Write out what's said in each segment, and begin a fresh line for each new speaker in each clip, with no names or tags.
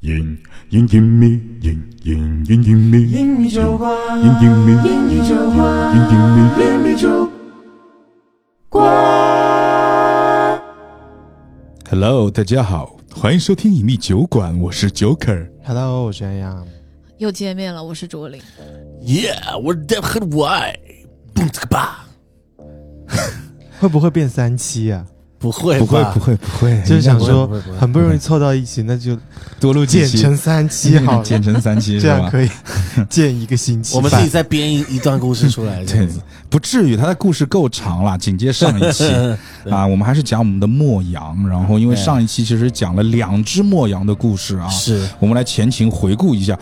隐隐隐秘，隐隐隐隐秘，隐
英语酒馆，
隐秘，
英语酒馆，
隐隐秘。
英语酒馆。
Hello，大家好，欢迎收听隐秘酒馆，我是 Joker。
Hello，我是安阳。
又见面了，我是卓林。
Yeah，我是 d e v h a y 蹦这个吧，
会不会变三期啊？
不会
不会
吧
不会不会，
就是想说
不会不会不会
很不容易凑到一起，那就
多录几
剪
期，
成三期好了，
剪成三期
这
是
样
吧？
可以见一个星期
我
半。
们自己再编一一段故事出来，这
对
样子。，
不至于，他的故事够长了。紧接上一期 啊，我们还是讲我们的墨羊，然后因为
哎
上一期其实讲了两只墨羊的故事啊，
是
我们来前情回顾一下。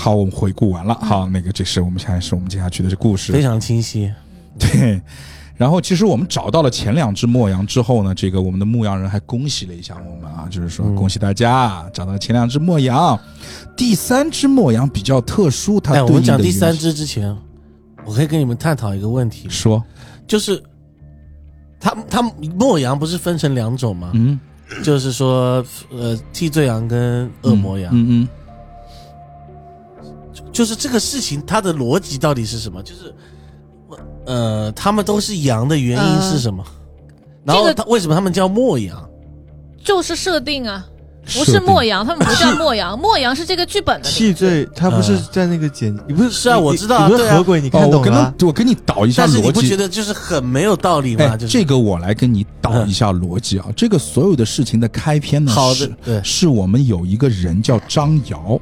好，我们回顾完了。好，那个这是我们现在是我们接下去的这故事，
非常清晰。
对，然后其实我们找到了前两只牧羊之后呢，这个我们的牧羊人还恭喜了一下我们啊，就是说
嗯
恭喜大家啊找到前两只牧羊，第三只牧羊比较特殊，它
哎，我
对应
们讲
的
第
元
三
素
只之前，我可以跟你们探讨一个问题，
说，
就是它它墨羊不是分成两种吗？
嗯，
就是说，呃，替罪羊跟恶魔羊，
嗯嗯
就是这个事情它的逻辑到底是什么？就是，呃，他们都是羊的原因
呃
是什么？然后
这个
他为什么他们叫墨羊？
就是设定啊，
嗯，
不是莫阳，他们不叫 莫阳，莫阳是这个剧本的名
替
字。
罪，他不是在那个剪，你不是
是啊
你
我
你
知道啊
你不
对
是
啊
河鬼，你
哦，
看
我
懂
跟
了
他
啊？
我跟你导一下
但是你
逻
不觉
辑。
得就是很没有道理吗？
哎，
就是嗯
这个我来跟你导一下逻辑啊！这个所有的事情的开篇呢，
好的哦
是
对
是我们有一个人叫张瑶，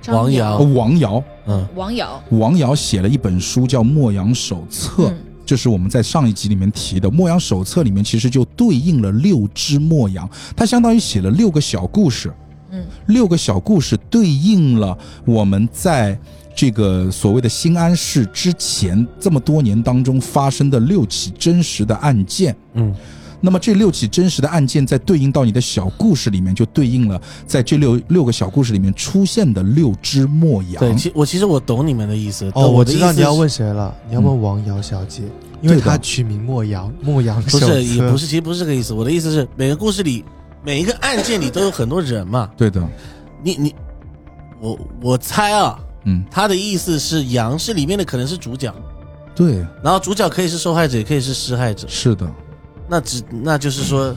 张
王
呃
瑶
王瑶，
嗯，
王瑶，
王瑶写了一本书叫《墨阳手册》，
嗯
这是我们在上一集里面提的。《墨阳手册》里面其实就对应了六只墨阳，它相当于写了六个小故事，
嗯，
六个小故事对应了我们在。这个所谓的新安市之前这么多年当中发生的六起真实的案件，
嗯，
那么这六起真实的案件在对应到你的小故事里面，就对应了在这六六个小故事里面出现的六只墨羊。
对，其我其实我懂你们的意思。
哦，
我
我
的
知
意
道
思
你要
是
问谁了，你要
嗯
问王瑶小姐，因
对
为
的
她取名莫阳，莫阳
不
手册
是，也不是，其实不是这个意思。我的意思是，每个故事里，每一个案件里都有很多人嘛。
对的，
你你，我我猜啊，
嗯，
他的意思是羊是里面的可能是主角，
对，
然后主角可以是受害者，也可以是施害者。
是的，
那只那就是说，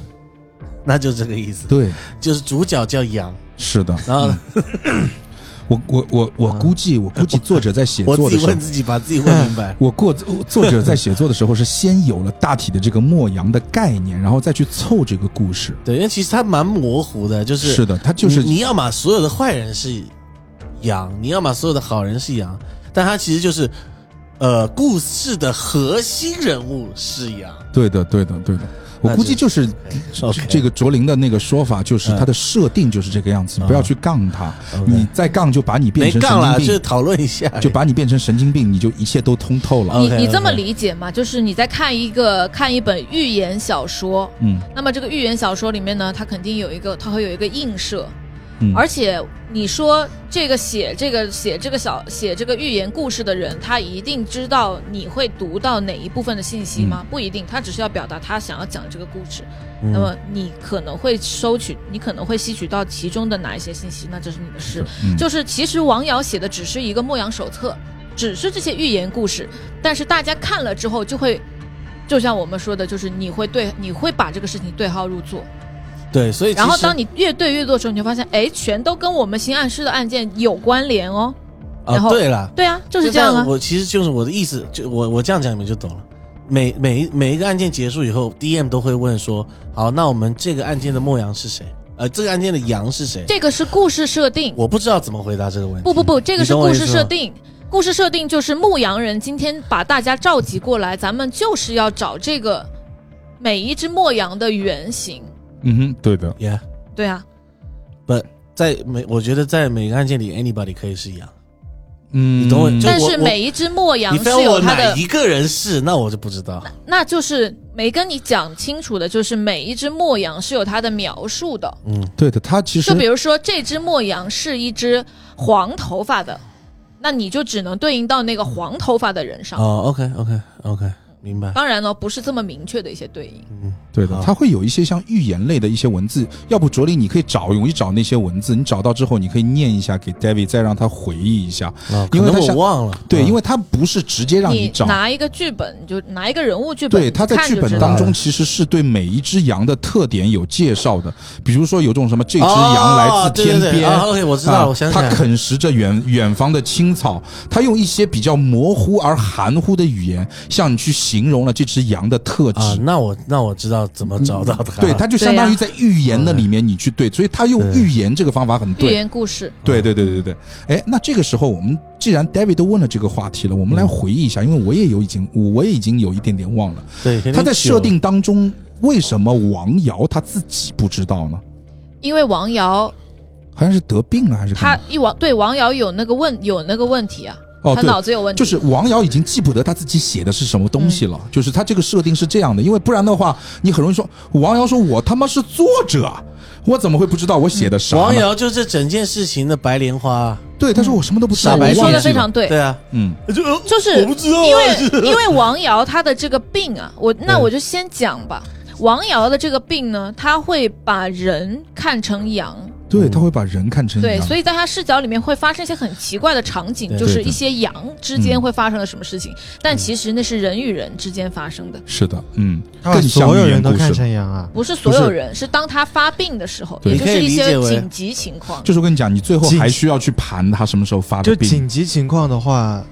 那就这个意思，
对，
就是主角叫羊，
是的。
然后
我我我我估计，我估计作者在写
啊我
作的
自己
时候
问，自己，把自己问明 白。
我过作者在写作的时候是先有了大体的这个墨阳的概念，然后再去凑这个故事。
对，因为其实他蛮模糊的，就是
是的，他就是
你你要嘛所有的坏人是羊，你要嘛所有的好人是羊，但他其实就是呃故事的核心人物是羊。
对的，对的，对的。我
那
估
就
计就是
是 OK
这个卓林的那个说法，就是
嗯
他的设定就是这个样子，
嗯
不要去杠他，
OK
你再杠就把你变
没
成
杠啦，
神
就
经
是
病，
讨论一下，
就把你变成神经病，你就一切都通透了。
你
OK，OK
你这么理解吗？就是你在看一个看一本寓言小说，
嗯
那么这个寓言小说里面呢，它肯定有一个，它会有一个映射，
嗯，
而且你说这个写这个写这个小写这个寓言故事的人，他一定知道你会读到哪一部分的信息吗？
嗯
不一定，他只是要表达他想要讲这个故事。那么你可能会收取，你可能会吸取到其中的哪一些信息，那这是你的事。
嗯
就是其实王瑶写的只是一个《莫阳手册》，只是这些寓言故事，但是大家看了之后就会。就像我们说的，就是你会对你会把这个事情对号入座，
对，所以其实
然后当你越对越多的时候，你就发现，哎，全都跟我们新案室的案件有关联哦。然
啊
后
对了，
对啊，就是这样啊
但。我其实就是我的意思，就我我这样讲你们就懂了。每每一每一个案件结束以后，DM 都会问说：“好，那我们这个案件的莫阳是谁？呃，这个案件的羊是谁
这个是故事设？”定，
我不知道怎么回答这个问题。
不不不，这个是
你懂我
故
意思吗
事设定。故事设定就是牧羊人今天把大家召集过来，咱们就是要找这个每一只牧羊的原型。
嗯哼，对的，
，Yeah，
对啊，
不在每我觉得在每个案件里，anybody 可以是羊。
嗯，
你懂我就
但是
我
每一只牧羊
你
是
非要
有
我
它
哪
的，
一个人是，那我就不知道。
那就是没跟你讲清楚的，就是每一只牧羊是有它的描述的。
对的，他其实
就比如说，这只墨羊是一只黄头发的，那你就只能对应到那个黄
啊
头发的人上。
哦，OK OK OK，明白。嗯
当然了，不是这么明确的一些对应。
对的
好，
它会有一些像寓言类的一些文字，要不卓林你可以找，容易找那些文字，你找到之后你可以念一下给 David，再让他回忆一下。
啊，
因为
可能
他想
我忘了，
对，
啊
因为它不是直接让
你
找，
拿一个剧本，你就拿一个人物剧本，
对，它在
看
剧
就
本
知道
当
了
中其实是对每一只羊的特点有介绍的，比如说有种什么这只羊来
哦
自
对
天
对对
边，
啊，OK，我知道
啊
了，我想起来
它
了，
啃食着远远方的青草，它用一些比较模糊而含糊的语言向你去形容了这只羊的特质。
啊，那我那我知道怎么找到他，
对，它就相当于在寓言的里面你去对，所以它用
啊对
寓言这个方法很
寓
对。
言故事，
对对对对对，哎，那这个时候我们既然 David 都问了这个话题了，我们
嗯
来回忆一下，因为我也有已经我也已经有一点点忘了，
对，肯定
他在
是有
设定当中为什么王瑶他自己不知道呢？
因为王瑶
好像是得病了还是干
他
嘛
一王对王瑶有那个问有那个问题啊，
哦
他嗯
对
脑。子有问题，
就是王瑶已经记不得他自己写的是什么东西了，就是他这个设定是这样的，因为不然的话，你很容易说王瑶说我他妈是作者，我怎么会不知道我写的啥呢？
王瑶就是整件事情的白莲花，
对，他说我什么都不知道，
傻白
我
甜
说
忘
的
记
非
了
常。对，
对啊，
嗯，
就呃
就是
我不知道啊
因为因为王瑶她的这个病啊，我那
对
我就先讲吧。王瑶的这个病呢，她会把人看成羊，
对，他会把人看成
对，
羊
所以在她视角里面会发生一些很奇怪的场景，
嗯对嗯
就是
对对
一些羊之间会发生了什么事情，但其实那是人与人之间发生的，
是的，嗯，
他把
更像
所有
寓言
人都
故
看
事
成羊啊！
不是所有人，是当她发病的时候，
对
也就是一
你可以
些
理解为
紧急情况。
就是我跟你讲，你最后
紧
还需要去盘他什么时候发
就
的病。
紧急情况的话，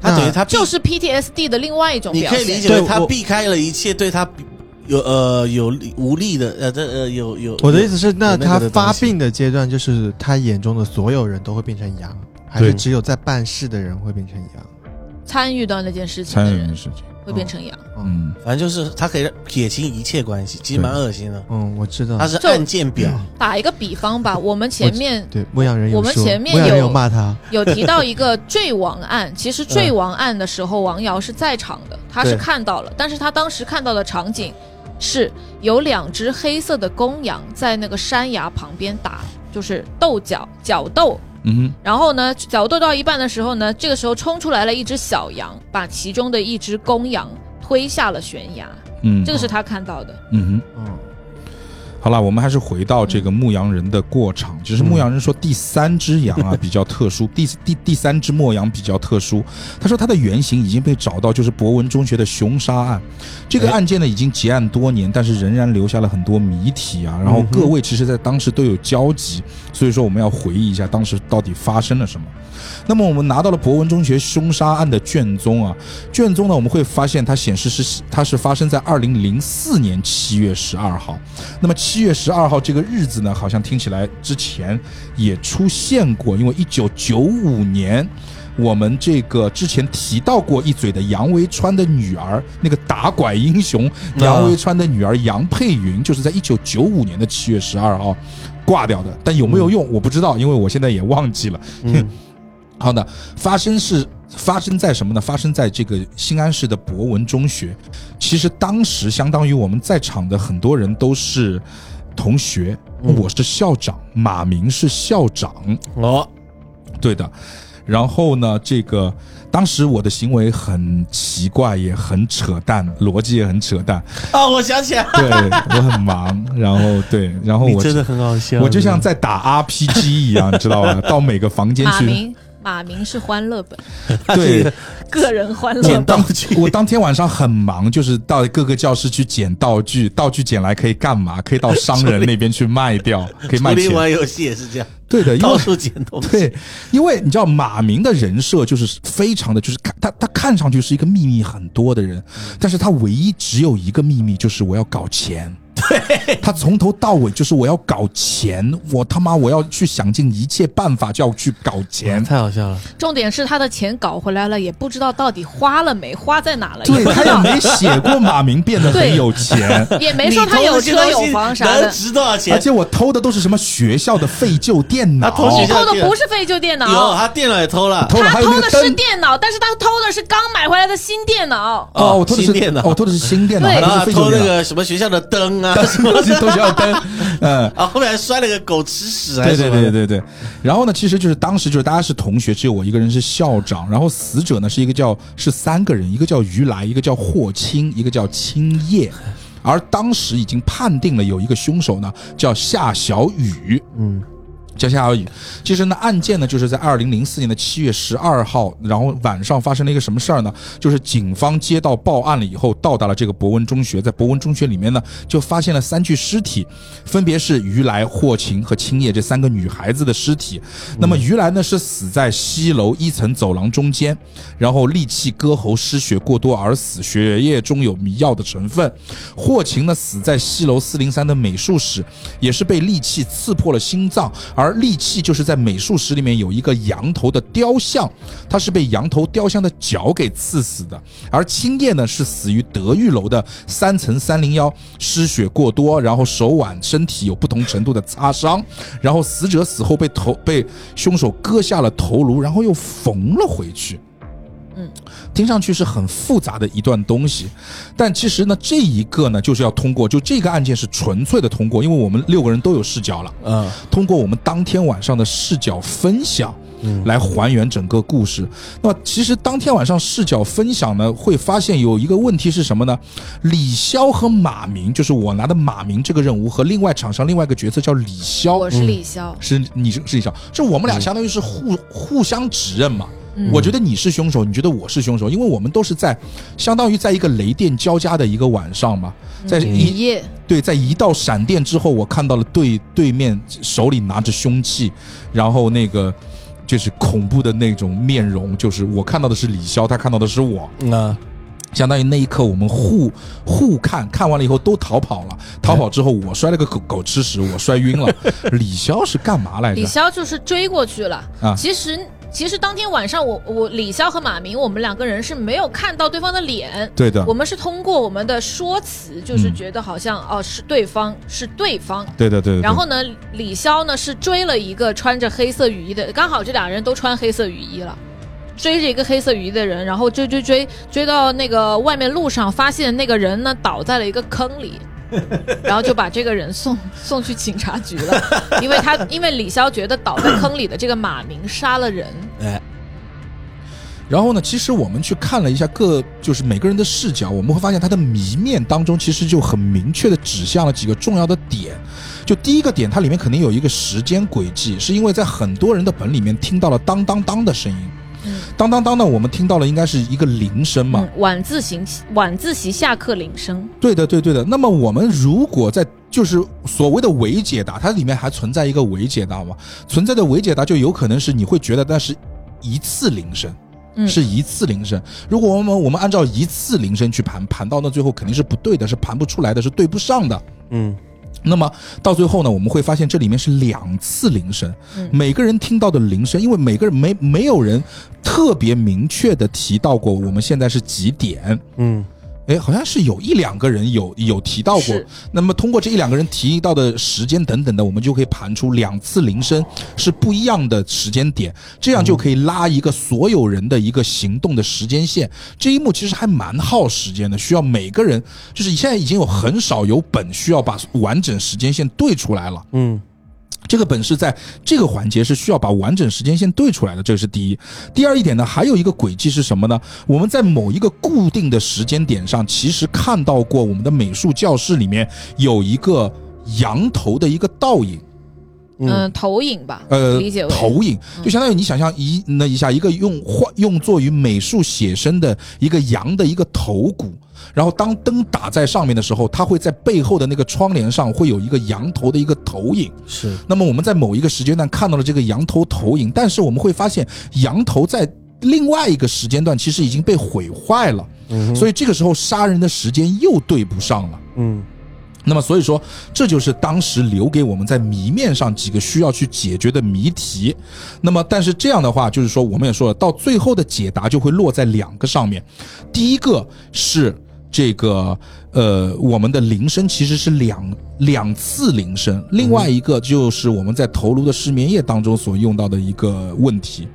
他等于
那
他避
就是 PTSD 的另外一种
你
表
可以
现。
理解为
对
他
我
避开了一切对他比有呃有利无力的呃这呃有有
我的意思是，那
有那
他
个的
发
东西
病的阶段，就是他眼中的所有人都会变成羊，还
对
是只有在办事的人会变成羊？
参与到那件事情
参
的
与人
人
的事情，
会
哦
变成羊。
嗯，
反正就是他可以撇清一切关系，其实
对
蛮恶心的。
嗯，我知道
他。是
就
按键表，
打一个比方吧，我们前面
对，牧羊人有
我们
说
前面
牧羊人
有
有骂他，
有提到一个坠亡案，其实坠亡案的时候，王瑶是在场的，他是
对
看到了，但是他当时看到的场景是有两只黑色的公羊在那个山崖旁边打，就是斗角角斗。
嗯
然后呢，角斗到一半的时候呢，这个时候冲出来了一只小羊，把其中的一只公羊推下了悬崖，
哼嗯，
这个是他看到的。
嗯哼。
嗯，
好了，我们还是回到这个牧羊人的过场。
嗯
只是牧羊人说第三只羊啊比较特殊，第第第三只牧羊比较特殊。他说他的原型已经被找到，就是博文中学的凶杀案。这个
哎
案件呢已经结案多年，但是仍然留下了很多谜题啊。然后
嗯哼
各位其实，在当时都有交集，所以说我们要回忆一下当时到底发生了什么。那么我们拿到了博文中学凶杀案的卷宗啊，卷宗呢我们会发现它显示是它是发生在二零零四年七月十二号。那么七月十二号这个日子呢，好像听起来之前也出现过，因为一九九五年。我们这个之前提到过一嘴的杨维川的女儿，那个打拐英雄杨维川的女儿杨佩云，就是在一九九五年的七月十二号挂掉的。但有没有用，我不知道，因为我现在也忘记了。
嗯，
好的， 发生是发生在什么呢？发生在这个新安市的博文中学。其实当时相当于我们在场的很多人都是同学，
嗯
我是校长，马明是校长，
哦，
对的。然后呢，这个当时我的行为很奇怪，也很扯淡，逻辑也很扯淡。
啊，我想起来，
对我很忙，然后对，然后
你
哦我
真的很好笑，
我就像在打 RPG 一样，你知道吧？到每个房间
马
去，
明，马明是欢乐本，
对，
个人欢 乐
捡
本。
道具，
我当天晚上很忙，就是到各个教室去捡道具，道具捡来可以干嘛？可以到商人那边去卖掉，可以卖
独立
钱。
玩游戏也是这样，
对的，因
到
为
处捡东西。
对，因为你知道马明的人设就是非常的，就是看他他看上去是一个秘密很多的人，但是他唯一只有一个秘密就是我要搞钱。对，他从头到尾就是我要搞钱，我他妈我要去想尽一切办法就要去搞 钱。
太好笑了，
重点是他的钱搞回来了，也不知道到底花了没，花在哪了，
对
也不
他
知
也
道，
没写过马明变得很
对
有钱，
也没说他有车有房啥
能
的。
值多少钱
而？且我偷的都是什么学校的废旧电脑，哦
他偷学校
偷的不是废旧电
有，
脑，
他电脑也偷了，
偷了
他
还有
偷
那
的
个
是
灯。
电脑，但是他偷的是刚买回来的新电脑。
哦，我偷的是
新电脑
哦，我偷的是新电脑，
对
还
然
不
后
是废旧
偷那
电 脑，
个什么学校的灯啊，
偷学校灯，嗯。
啊，后面还摔了个狗吃屎 还
对
是
对
什么的，
对对对，然后呢，其实就是当时就是大家是同学，只有我一个人是校长，然后死者呢是一个叫是三个人，一个叫于来，一个叫霍青，一个叫青叶，而当时已经判定了有一个凶手呢，叫夏小雨。
嗯
叫夏小雨。其实呢，案件呢就是在二零零四年的七月十二号，然后晚上发生了一个什么事儿呢？就是警方接到报案了以后，到达了这个博文中学，在博文中学里面呢，就发现了三具尸体，分别是于来、霍琴和青叶这三个女孩子的尸体。那么于来呢是死在西楼一层走廊中间，然后利气割喉失血过多而死，血液中有迷药的成分。霍琴呢死在西楼四零三的美术室，也是被利器刺破了心脏，而利器就是在美术室里面有一个羊头的雕像，它是被羊头雕像的脚给刺死的，而青叶呢是死于德裕楼的三层三零幺，失血过多，然后手腕、身体有不同程度的擦伤，然后死者死后被头被凶手割下了头颅，然后又缝了回去。
嗯，
听上去是很复杂的一段东西，但其实呢，这一个呢，就是要通过，就这个案件是纯粹的通过，因为我们六个人都有视角了，
嗯
通过我们当天晚上的视角分享。来还原整个故事。那么其实当天晚上视角分享呢，会发现有一个问题是什么呢？李潇和马明，就是我拿的马明这个任务和另外场上另外一个角色叫李潇
我，是李潇，
是你是是李潇，是我们俩相当于是互、互相指认嘛。
嗯
我觉得你是凶手，你觉得我是凶手，因为我们都是在相当于在一个雷电交加的一个晚上嘛，在
一
一、
夜
对在一道闪电之后，我看到了对对面手里拿着凶器，然后那个就是恐怖的那种面容，就是我看到的是李潇，他看到的是我，
啊
相当于那一刻我们互 互看，看完了以后都逃跑了，逃跑之后我摔了个狗狗吃屎，我摔晕了，李潇是干嘛来着
李？潇就是追过去了。
啊
其实其实当天晚上我我李潇和马明我们两个人是没有看到对方的脸，
对的
我，们是通过我们的说辞，就是
啊嗯
觉得好像、哦是对方是对方。
对的，对的。
然后呢，李潇呢是追了一个穿着黑色雨衣的，刚好这俩人都穿黑色雨衣了，追着一个黑色雨衣的人，然后追追追追到那个外面路上，发现那个人呢倒在了一个坑 里。然后就把这个人送送去警察局了， 因为他因为李潇觉得倒在坑里的这个马明杀了人，
哎
然后呢，其实我们去看了一下各，就是每个人的视角，我们会发现它的谜面当中其实就很明确的指向了几个重要的点。就第一个点，它里面肯定有一个时间轨迹，是因为在很多人的本里面听到了当当当的声音。
嗯
当当当呢，我们听到了应该是一个铃声嘛？
嗯，晚自习晚自习下课铃声，
对的，对对的。那么我们如果在就是所谓的伪解答，它里面还存在一个伪解答嘛？存在的伪解答就有可能是你会觉得那是一次铃声。
嗯，
是一次铃声。如果我们我们按照一次铃声去盘，盘到那最后肯定是不对的，是盘不出来的，是对不上的。
嗯
那么到最后呢，我们会发现这里面是两次铃声，
嗯
每个人听到的铃声，因为每个人没没有人特别明确的提到过我们现在是几点，
嗯
哎，好像是有一两个人有有提到过
是。
那么通过这一两个人提到的时间等等的，我们就可以盘出两次铃声是不一样的时间点，这样就可以拉一个所有人的一个行动的时间线。这一幕其实还蛮耗时间的，需要每个人就是现在已经有很少有本需要把完整时间线对出来了。
嗯
这个本是在这个环节是需要把完整时间线对出来的，这是第一。第二一点呢，还有一个轨迹是什么呢？我们在某一个固定的时间点上，其实看到过我们的美术教室里面有一个羊头的一个倒影。
嗯投影吧，
呃
理解为嗯
投影，就相当于你想象一那一下一个用画用作于美术写生的一个羊的一个头骨，然后当灯打在上面的时候，它会在背后的那个窗帘上会有一个羊头的一个投影。
是
那么我们在某一个时间段看到了这个羊头投影，但是我们会发现羊头在另外一个时间段其实已经被毁坏了，
嗯
所以这个时候杀人的时间又对不上了。
嗯
那么所以说，这就是当时留给我们在谜面上几个需要去解决的谜题。那么，但是这样的话，就是说我们也说了，到最后的解答就会落在两个上面。第一个是这个呃，我们的铃声其实是两两次铃声，另外一个就是我们在头颅的失眠夜当中所用到的一个问题，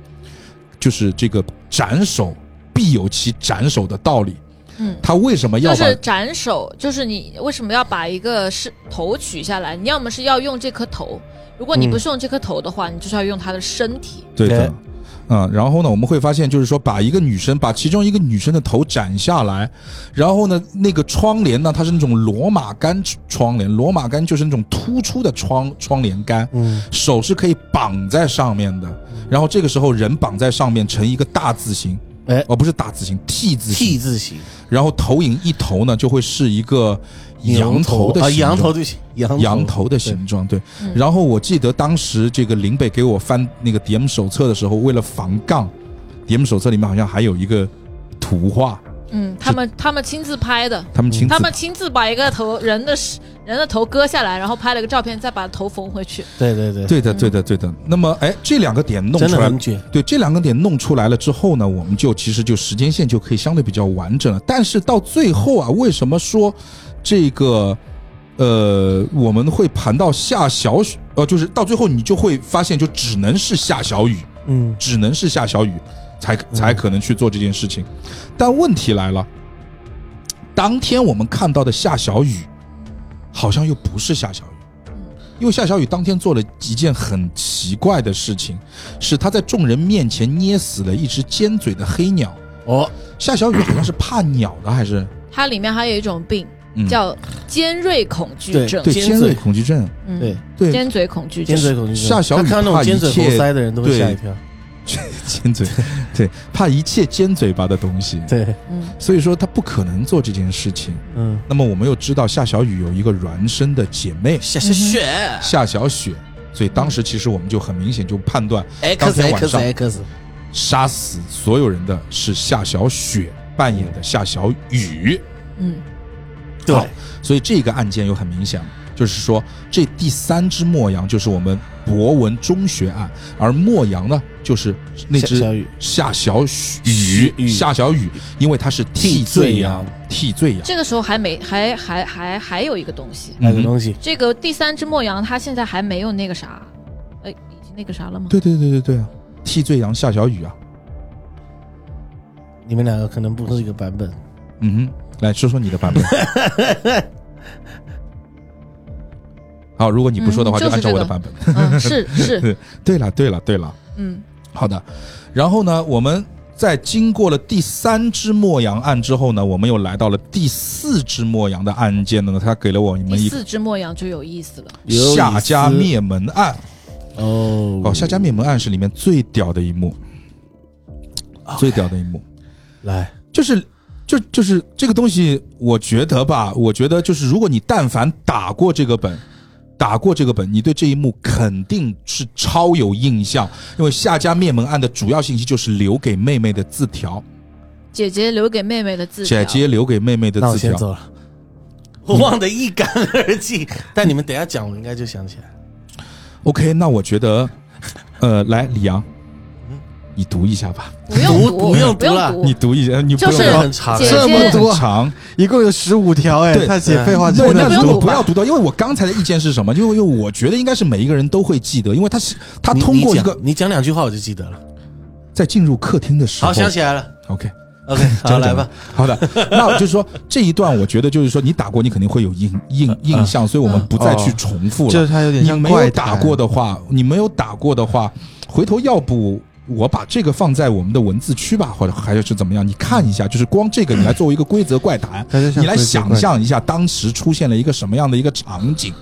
就是这个斩首必有其斩首的道理。
嗯
他为什么要
就
把
是斩首，就是你为什么要把一个是头取下来？你要么是要用这颗头，如果你
嗯
不是用这颗头的话，你就是要用他的身体。
对的
对。
嗯，然后呢，我们会发现就是说，把一个女生，把其中一个女生的头斩下来，然后呢，那个窗帘呢，它是那种罗马杆窗帘，罗马杆就是那种突出的窗窗帘杆，
嗯，
手是可以绑在上面的，然后这个时候人绑在上面成一个大字形，
哎
哦，不是大字形，T 字形，
T 字形，
然后投影一头呢就会是一个羊
牛
头的
啊，
形
羊
状
头对不起，羊
羊头的形状，对。
嗯
然后我记得当时这个林北给我翻那个 DM 手册的时候，为了防杠，DM 手册里面好像还有一个图画，
嗯，他们他们亲自拍的，
他们亲自
他们亲自把一个头人的人的头割下来，然后拍了个照片，再把头缝回去。
对对对，
对的，对的，对的。那么，哎，这两个点弄
真的
出来
很，卷，
对，这两个点弄出来了之后呢，我们就其实就时间线就可以相对比较完整了。但是到最后啊，为什么说这个呃我们会盘到下小雨？呃，就是到最后你就会发现，就只能是下小雨，
嗯，
只能是下小雨才才可能去做这件事情。但问题来了，当天我们看到的下小雨，好像又不是下小雨。因为夏小雨当天做了一件很奇怪的事情，是他在众人面前捏死了一只尖嘴的黑鸟。
哦，
夏小雨好像是怕鸟的，还是
它里面还有一种病
嗯
叫尖锐恐惧
对
症，
对
尖
尖锐
嘴
恐惧症？
嗯
对，
对，
尖嘴恐惧症
尖。嘴恐惧症，
夏小雨
他看到那
怕
种
一
尖嘴
切
猴腮的人都会
对
吓一跳，
尖嘴， 对，怕一切尖嘴巴的东西。
对，
嗯，
所以说他不可能做这件事情。
嗯，
那么我们又知道夏小雨有一个孪生的姐妹
下下雪
夏小雪，所以当时其实我们就很明显就判断当
，X
天晚
X
上
X，
杀死所有人的是夏小雪扮演的夏小雨。
嗯，
好
对，
所以这个案件又很明显了，就是说这第三只墨羊就是我们博文中学案，而墨羊呢就是那只
夏小
夏小
雨许
雨
雨
夏小雨，因为它是替
替
罪
罪
羊
羊，
替罪羊。
这个时候还没还还还还有一个东西，
哪个
嗯
东西？
这个第三只墨羊它现在还没有那个啥，哎，已经那个啥了吗？
对对对对对啊，替罪羊夏小雨啊，
你们两个可能不是一个版本，
嗯哼，来说说你的版本。 好，如果你不说的话，
嗯就是
按照我的
这个
版本。
嗯，是是，
对了，对了，对了，
嗯
好的。然后呢，我们在经过了第三只墨羊案之后呢，我们又来到了第四只墨羊的案件呢，它给了我们
第
一个
四只墨羊就有意思了。
夏家灭门案。
哦
哦，夏家灭门案是里面最屌的一幕，最屌的一幕。
来，
就是就就是这个东西，我觉得吧，我觉得就是如果你但凡打过这个本。打过这个本，你对这一幕肯定是超有印象，因为夏家灭门案的主要信息就是留给妹妹的字条，
姐姐留给妹妹的字条，
姐姐留给妹妹的
那我
字
先
条。
走了，我忘得一干二净，但你们等一下讲，我应该就想起来。
OK，那我觉得， 呃，来李阳，你读一下吧，
不用
读
读，
不用
不
读了
用
你读一下，你不
就
用
是
这
读
很长，
姐
这么
姐
多
很，长，
一共有十五条哎
对，
他写废话
对，
真的
那不用
我
读
不
吧
要读到，因为我刚才的意见是什么？因为因为我觉得应该是每一个人都会记得，因为他是他
你
通过
你
一
讲
个
你讲两句话我就记得了。
在进入客厅的时候，
好，想起来了
OK，
，OK，好来吧，
好的， 那我就说这一段，我觉得就是说你打过，你肯定会有印
嗯
印印象，所以我们不
哦
再去重复
就是
了。
他有点
你
像
没
怪
有
谈
打过的话，你没有打过的话，回头要不我把这个放在我们的文字区吧，或者还是怎么样？你看一下，就是光这个，你来作为一个规则怪 谈，
他就像
你来
鬼鬼
想
怪
象一下当时出现了一个什么样的一个场景。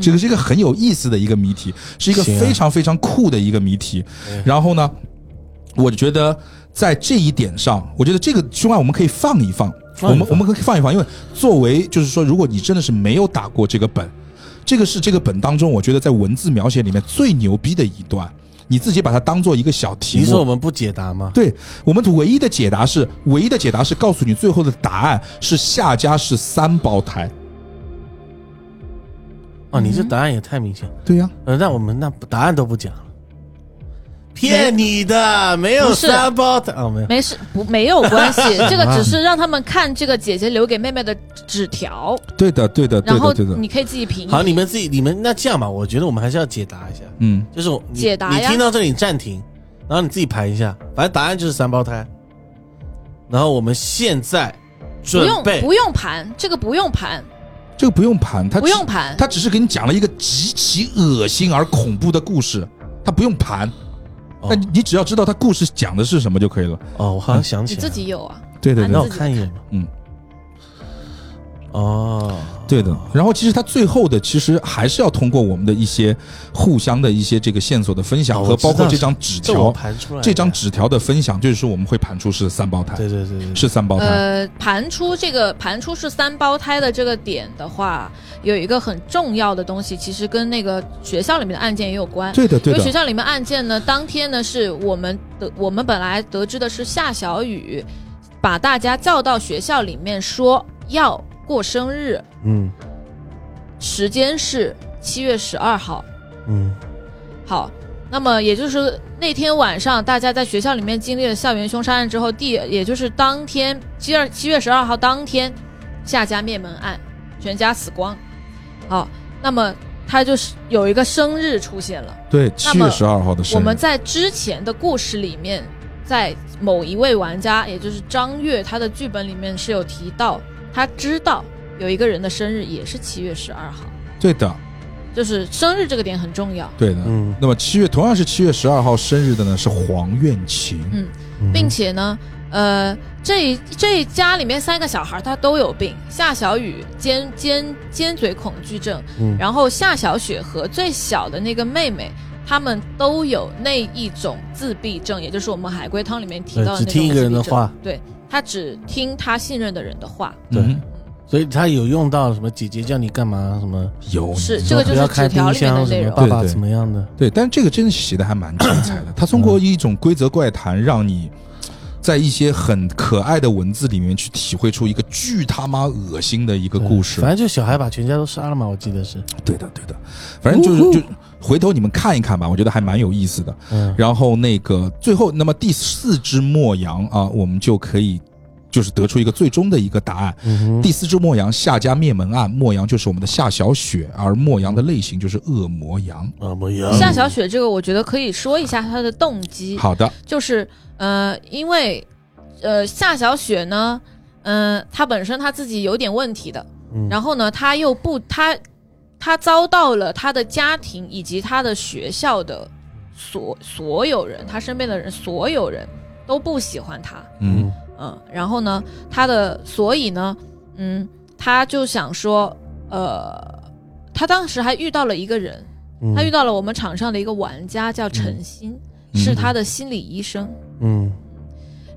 这个是一个很有意思的一个谜题，是一个
行啊
非常非常酷的一个谜题。然后呢，我觉得在这一点上，我觉得这个凶案我们可以放一放，
放一放
我们我们可以放一放，因为作为就是说，如果你真的是没有打过这个本，这个是这个本当中，我觉得在文字描写里面最牛逼的一段，你自己把它当做一个小题
你
目。
说我们不解答吗？
对我们唯一的解答是，唯一的解答是告诉你最后的答案是夏家是三胞胎。
哦，你这答案也太明显了。
对呀、
呃，那我们那答案都不讲了，骗你的，没有
不是
三胞胎哦，没有。
没事，不没有 关系，这个只
嗯
是让他们看这个姐姐留给妹妹的纸条，
对的，对的，
然
对
后
的，对的。
你可以自己评。
好，你们自己，你们那这样吧，我觉得我们还是要解答一下，
嗯，
就是我你
解答
你
呀
听到这里暂停，然后你自己盘一下，反正答案就是三胞胎。然后我们现在
不
准
用
备
不用盘，这个不用盘，
这个不用盘，他
不用盘，
他只是给你讲了一个极其恶心而恐怖的故事，他不用盘。那你你只要知道他故事讲的是什么就可以了。
哦，我好像想起
你自
来了，
己有啊？
对对
啊
对
那自
让我
己
看一眼吧。
嗯，
哦，
对的。然后其实他最后的其实还是要通过我们的一些互相的一些这个线索的分
哦
享
我
和
知道
包括这张纸
这我
条，
盘出来的，
这张纸条的分享，就是说我们会盘出是三胞胎，
对，对对对对，
是三胞胎。
呃，盘出这个盘出是三胞胎的这个点的话，有一个很重要的东西，其实跟那个学校里面的案件也有关。
对的
因
对
为学
的，
校里面案件呢，当天呢是我们的，我们本来得知的是夏小雨把大家叫到学校里面说要过生日，
嗯
时间是七月十二号。
嗯
好，那么也就是那天晚上，大家在学校里面经历了校园凶杀案之后，第也就是当天七二七月十二号当天，夏家灭门案，全家死光。好，那么他就是有一个生日出现了。
对，七月
么
十二号的生日。
我们在之前的故事里面，在某一位玩家，也就是张月，他的剧本里面是有提到，他知道有一个人的生日也是七月十二号，
对的
就是生日这个点很重要。
对的。
嗯，
那么七月同样是七月十二号生日的呢是黄苑琴，
嗯并且呢，呃，这一这一家里面三个小孩他都有病，夏小雨尖尖尖嘴恐惧症，
嗯
然后夏小雪和最小的那个妹妹。他们都有那一种自闭症，也就是我们海龟汤里面提
对
到的
呃只
那种
听一个人的
自闭症
话，
对他只听他信任的人的话。
对
嗯
所以他有用到什么姐姐叫你干嘛什么，
有
是
你
这个
哦说
就是
不要开
纸条
冰
里面的
箱什
内
么，
容啊
爸爸
对对
怎么样的，
对，但这个真的写的还蛮精彩 的。他通过一种规则怪谈，让你在一些很可爱的文字里面去体会出一个巨他妈恶心的一个
对
故事
反。正就小孩把全家都杀了嘛，我记得是，
对的，对的，反正就是就回头你们看一看吧，我觉得还蛮有意思的。
嗯，
然后那个最后，那么第四只墨羊啊，我们就可以就是得出一个最终的一个答案。
嗯哼
第四只墨羊夏家灭门案，墨羊就是我们的夏小雪，而墨羊的类型就是恶魔羊。
啊不一样，
夏小雪这个，我觉得可以说一下她的动机，
好的，
就是呃，因为呃夏小雪呢，嗯、她本身她自己有点问题的，
嗯
然后呢，她又不她她遭到了她的家庭以及她的学校的所所有人，她身边的人所有人都不喜欢她，
嗯，
嗯，然后呢，他的所以呢，嗯，他就想说，呃，他当时还遇到了一个人，
嗯
他遇到了我们场上的一个玩家叫陈鑫，
嗯
是他的心理医生。
嗯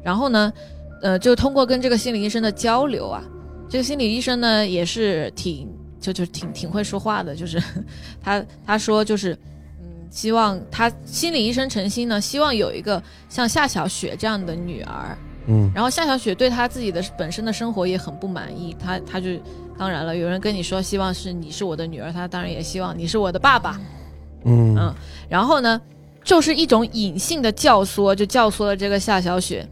然后呢，呃，就通过跟这个心理医生的交流啊，这个心理医生呢也是挺就就挺挺会说话的，就是 他他说就是。嗯，希望他心理医生陈鑫呢，希望有一个像夏小雪这样的女儿，
嗯
然后夏小雪对她自己的本身的生活也很不满意，她她就当然了，有人跟你说希望是你是我的女儿，她当然也希望你是我的爸爸。
嗯
嗯然后呢，就是一种隐性的教唆，就教唆了这个夏小雪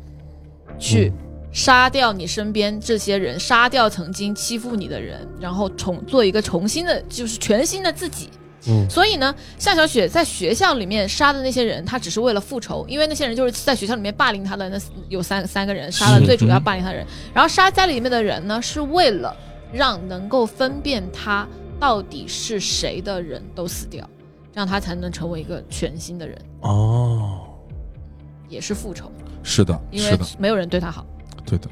去杀掉你身边这些人，杀掉曾经欺负你的人，然后重做一个重新的，就是全新的自己。
嗯
所以呢，夏小雪在学校里面杀的那些人，她只是为了复仇，因为那些人就是在学校里面霸凌她的那有三三个人，杀了
是
最主要
嗯
霸凌她的人。然后杀家里面的人呢，是为了让能够分辨她到底是谁的人都死掉，让她才能成为一个全新的人，
哦，
也是复仇，
是的，
因
是
为
的。
没有人对她好。
对的，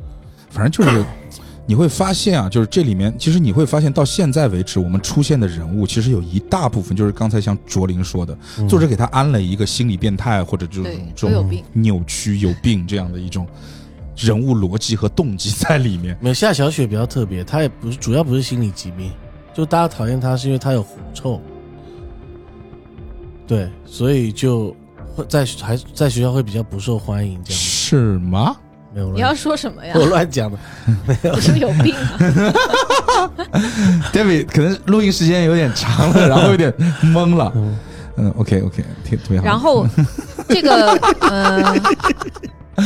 反正就是 你会发现啊，就是这里面其实你会发现到现在为止，我们出现的人物其实有一大部分就是刚才像卓林说的，作者给他安了一个心理变态或者这种
对
这
都有
种
病
扭曲有病这样的一种人物逻辑和动机在里面。
没有夏小雪比较特别，她也不是主要不是心理疾病，就大家讨厌她是因为她有狐臭，对，所以就会在还在学校会比较不受欢迎，这样
是吗？
没有
你要
乱
说什么呀？
我乱讲的，
不是有病啊！
David 可能录音时间有点长了，然后有点懵了。嗯，OK OK，挺特别好。
然后这个 呃，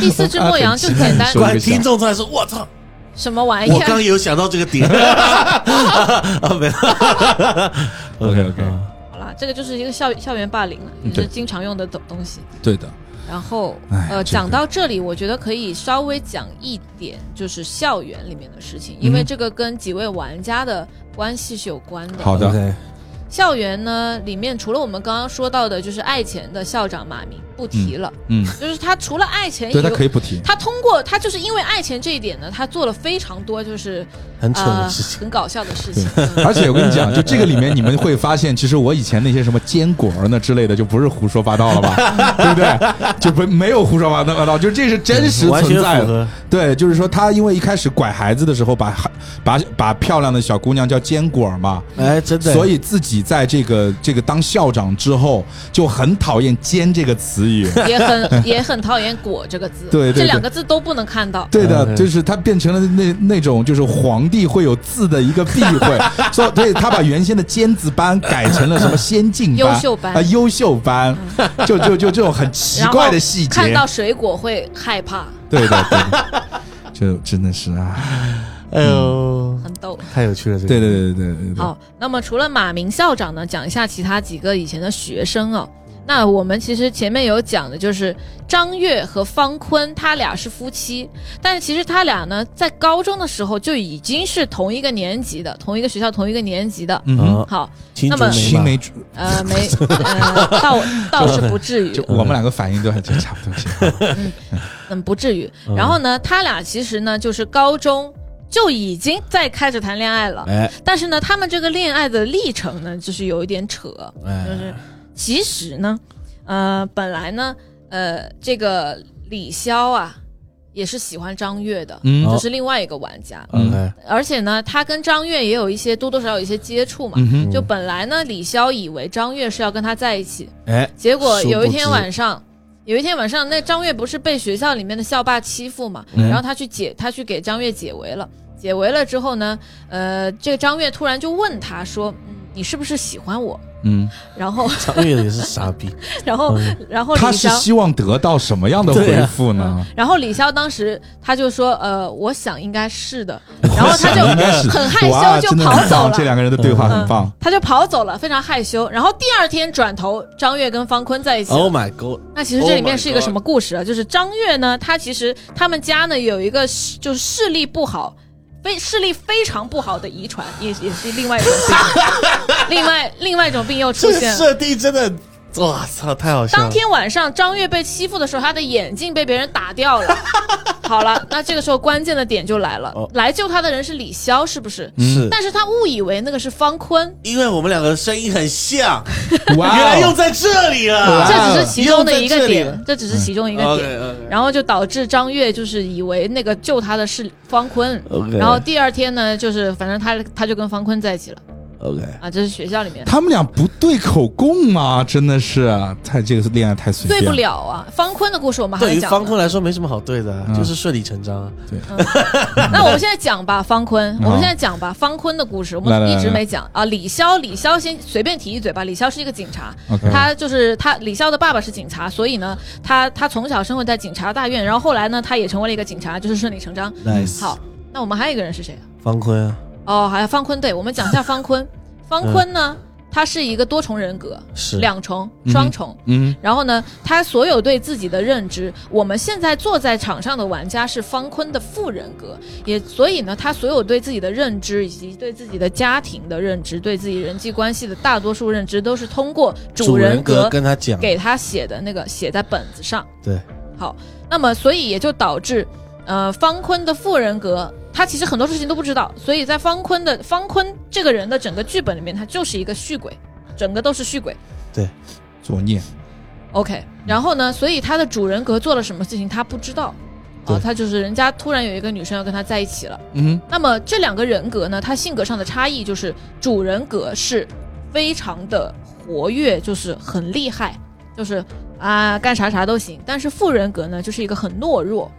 第四
啊
只莫阳就简单
说一
观
个
听众在说，我操，
什么玩意
我刚
儿？
有想到这个点，啊没有
OK OK，
好啦，这个就是一个校校园霸凌了，
嗯
就是
对
经常用的东东西。
对的，
然后
哎
呃，
这个
讲到这里，我觉得可以稍微讲一点，就是校园里面的事情，因为
嗯
这个跟几位玩家的关系是有关的。
好的，
OK，
校园呢里面除了我们刚刚说到的，就是爱钱的校长马明，不提了，
嗯，
就是他除了爱钱
对
以
他可
外，
以不提，
他通过他就是因为爱钱这一点呢，他做了非常多就是
很蠢
啊
的事情。
很搞笑的事情。嗯
而且我跟你讲，就这个里面你们会发现，其实我以前那些什么坚果儿那之类的，就不是胡说八道了吧，对不对？就不没有胡说八道，就这是真实
完全
存在
符
的。
合，
对，就是说他因为一开始拐孩子的时候把，把把漂亮的小姑娘叫坚果儿嘛，
哎，真的，
所以自己在这个这个当校长之后就很讨厌“坚”这个词语。
也很也很讨厌“果”这个字，
对对对
这两个字都不能看到。
对的，
嗯
就是他变成了那那种就是皇帝会有字的一个避 讳，所以对他把原先的尖子班改成了什么先进班、
优秀班嗯
啊、优秀班，就就就这种很奇
然后
怪的细节，
看到水果会害怕，
对的，对的， 就真的是啊，
哎呦，
很逗。
太有趣了，这个
对对对对对对对，
好，那么除了马明校长呢，讲一下其他几个以前的学生啊、那我们其实前面有讲的，就是张悦和方坤，他俩是夫妻，但是其实他俩呢，在高中的时候就已经是同一个年级的，同一个学校，同一个年级的。
嗯哼，
啊，
好，
青
那么
青梅
梅
竹，
呃，没，呃，倒倒是不至 于
就，
嗯
我们两个反应都还挺差不多行，
嗯，不至于。
嗯
然后呢，他俩其实呢，就是高中就已经在开始谈恋爱了
吧，，哎
但是呢，他们这个恋爱的历程呢，就是有一点扯，就
哎，
是其实呢，呃，本来呢，呃，这个李潇啊，也是喜欢张悦的，
嗯
哦
就，是另外一个玩家，
嗯
哎
而且呢，他跟张悦也有一些多多少少有一些接触嘛。
嗯哼，
就本来呢，李潇以为张悦是要跟他在一起，
哎，
结果
殊不
有一天
知
晚上，有一天晚上，那张悦不是被学校里面的校霸欺负嘛，
嗯
然后他去解，他去给张悦解围了。解围了之后呢，呃，这个张悦突然就问他说：“嗯，你是不是喜欢我
嗯，？”
然后，
张悦也是傻逼，
然后，然后李
他是
潇，
希望得到什么样的
对
回
啊
复呢？
然后李潇当时他就说：“呃，我想应该是的。”然后他就
应该是
很害
哇
羞就
真的
跑
很
走
棒这
了。
两个人的对话很棒。
他就跑走了，非常害羞。然后第二天转头，张悦跟方坤在一起了。
，Oh my Oh God，
那其实这里面是一个什么故事啊？就是张悦呢，他其实他们家呢有一个是就是视力不好，非视力非常不好的遗传，也也是另外一种病， 另外另外一种病又出
这个
现了。
设定真的，哇操，太好笑了。
当天晚上，张悦被欺负的时候，他的眼镜被别人打掉了。好了，那这个时候关键的点就来了
哦，嗯
来救他的人是李潇，是不是？
是
但是他误以为那个是方坤，
因为我们两个声音很像，
嗯
哇哦
原来用在这里了。
这只是其中的一
用在
个
这里
点
了，
这只是其中一个点。
哦嗯 OK
然后就导致张悦就是以为那个救他的是方坤
OK
然后第二天呢，就是反正他他就跟方坤在一起了
OK，
啊，这是学校里 面
他们俩不对口供吗？真的是太这个恋爱太随
对
便，
不。了啊。方坤的故事我们还
对
没
于
讲
方
呢，
坤来说没什么好对的啊，
嗯
就是顺理成章啊。
那我们现在讲吧，方坤，
嗯
我们现在讲吧，方坤的故事我
来来
们
来
一直没讲啊。李潇，李潇先随便提一嘴吧，李潇是一个警察，
OK，
他就是他，李潇的爸爸是警察，所以呢，他他从小生活在警察大院，然后后来呢，他也成为了一个警察，就是顺理成章。
Nice，
好，那我们还有一个人是谁啊？
方坤啊，
哦，还有方坤，对，我们讲一下方坤。方坤呢，他是一个多重人格，
是
两重、
嗯
双重。
嗯，
然后呢，他所有对自己的认知，我们现在坐在场上的玩家是方坤的副人格，也所以呢，他所有对自己的认知，以及对自己的家庭的认知，对自己人际关系的大多数认知，都是通过主人
人
格
跟他讲，
给他写的那个写在本子上。
对，
好，那么所以也就导致，呃，方坤的副人格，他其实很多事情都不知道，所以在方坤的方坤这个人的整个剧本里面，他就是一个续鬼，整个都是续鬼。
作孽，
OK，然后呢，所以他的主人格做了什么事情他不知道，啊
对，
他就是人家突然有一个女生要跟他在一起了。
嗯
那么这两个人格呢，他性格上的差异就是主人格是非常的活跃，就是很厉害，就是啊干啥啥都行。但是副人格呢，就是一个很懦弱，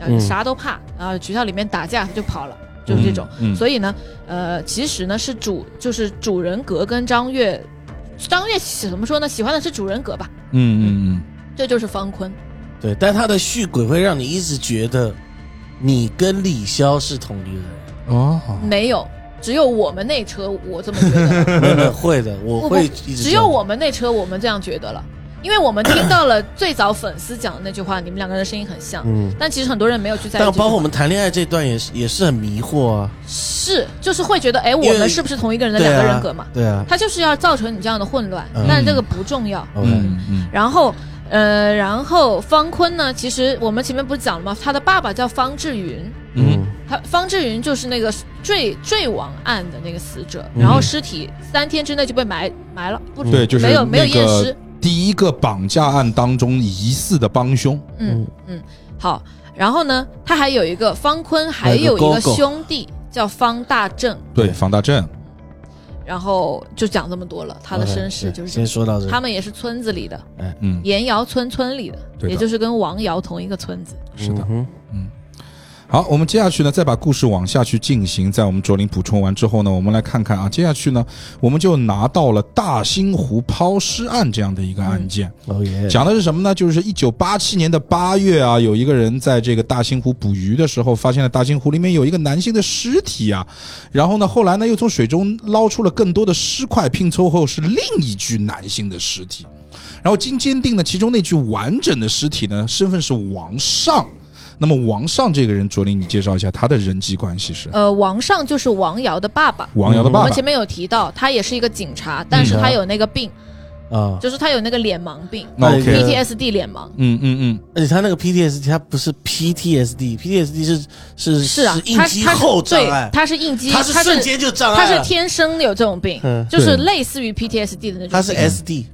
啊
嗯
啥都怕，然后学校里面打架他就跑了，就是这种。
嗯嗯
所以呢，呃，其实呢是主就是主人格跟张悦，张悦喜怎么说呢？喜欢的是主人格吧，
嗯嗯
这就是方坤。
对，但他的续鬼会让你一直觉得你跟李潇是同一个人。
嗯，哦，
没有，只有我们那车，我这么觉 得。
没有没有会的，我会一直
只有我们那车，我们这样觉得了，因为我们听到 了最早粉丝讲的那句话，你们两个人声音很像，
嗯，
但其实很多人没有去在意这
但
句话。
包括我们谈恋爱这段也是也是很迷惑啊，
是，就是会觉得，哎，
为
我们是不是同一个人的
对
两
啊
个人格嘛？
对啊，
他就是要造成你这样的混乱
嗯，
但这个不重要。
OK，
嗯
然后呃，然后方坤呢，其实我们前面不是讲了吗？他的爸爸叫方志云，
嗯
他方志云就是那个坠坠亡案的那个死者，然后尸体三天之内就被埋埋了，不
对，就是
没有没有
那
验
个
尸，
第一个绑架案当中疑似的帮凶，
嗯嗯，好。然后呢，他还有一个方坤，还有一
还有
个
个哥哥
兄弟叫方大正，
对，房大正，
然后就讲这么多了，他的
OK，
身世就是这
哎先
样。
说到这，
他们也是村子里的，
嗯，
盐窑村村里的，
对的
也就是跟王瑶同一个村子。
是的。
嗯
好，我们接下去呢，再把故事往下去进行。在我们卓林补充完之后呢，我们来看看啊，接下去呢，我们就拿到了大兴湖抛尸案这样的一个案件。
哼，哦耶，
讲的是什么呢？就是一九八七年的八月啊，有一个人在这个大兴湖捕鱼的时候，发现了大兴湖里面有一个男性的尸体啊，然后呢，后来呢又从水中捞出了更多的尸块，拼凑后是另一具男性的尸体，然后经鉴定呢，其中那具完整的尸体呢，身份是王尚。那么王尚这个人，卓林，你介绍一下他的人际关系是
呃，王上就是王瑶的爸爸。
王瑶的
嗯我
爸
们
爸
前，面有提到，他也是一个警察，但是他有那个病，
啊，
就是他有那个脸盲病
那 OK
OK
，PTSD 脸盲。
嗯嗯嗯，
而且他那个 PTSD，他不是 PTSD，PTSD 是是
是啊，
应
他
激
他
后
是
障
对
碍，，
他是应激，
他
他
是瞬间就障
他
碍啊
是
了，
天生有这种病
嗯，
就是
对
类似于 PTSD 的那种病。
他是 SD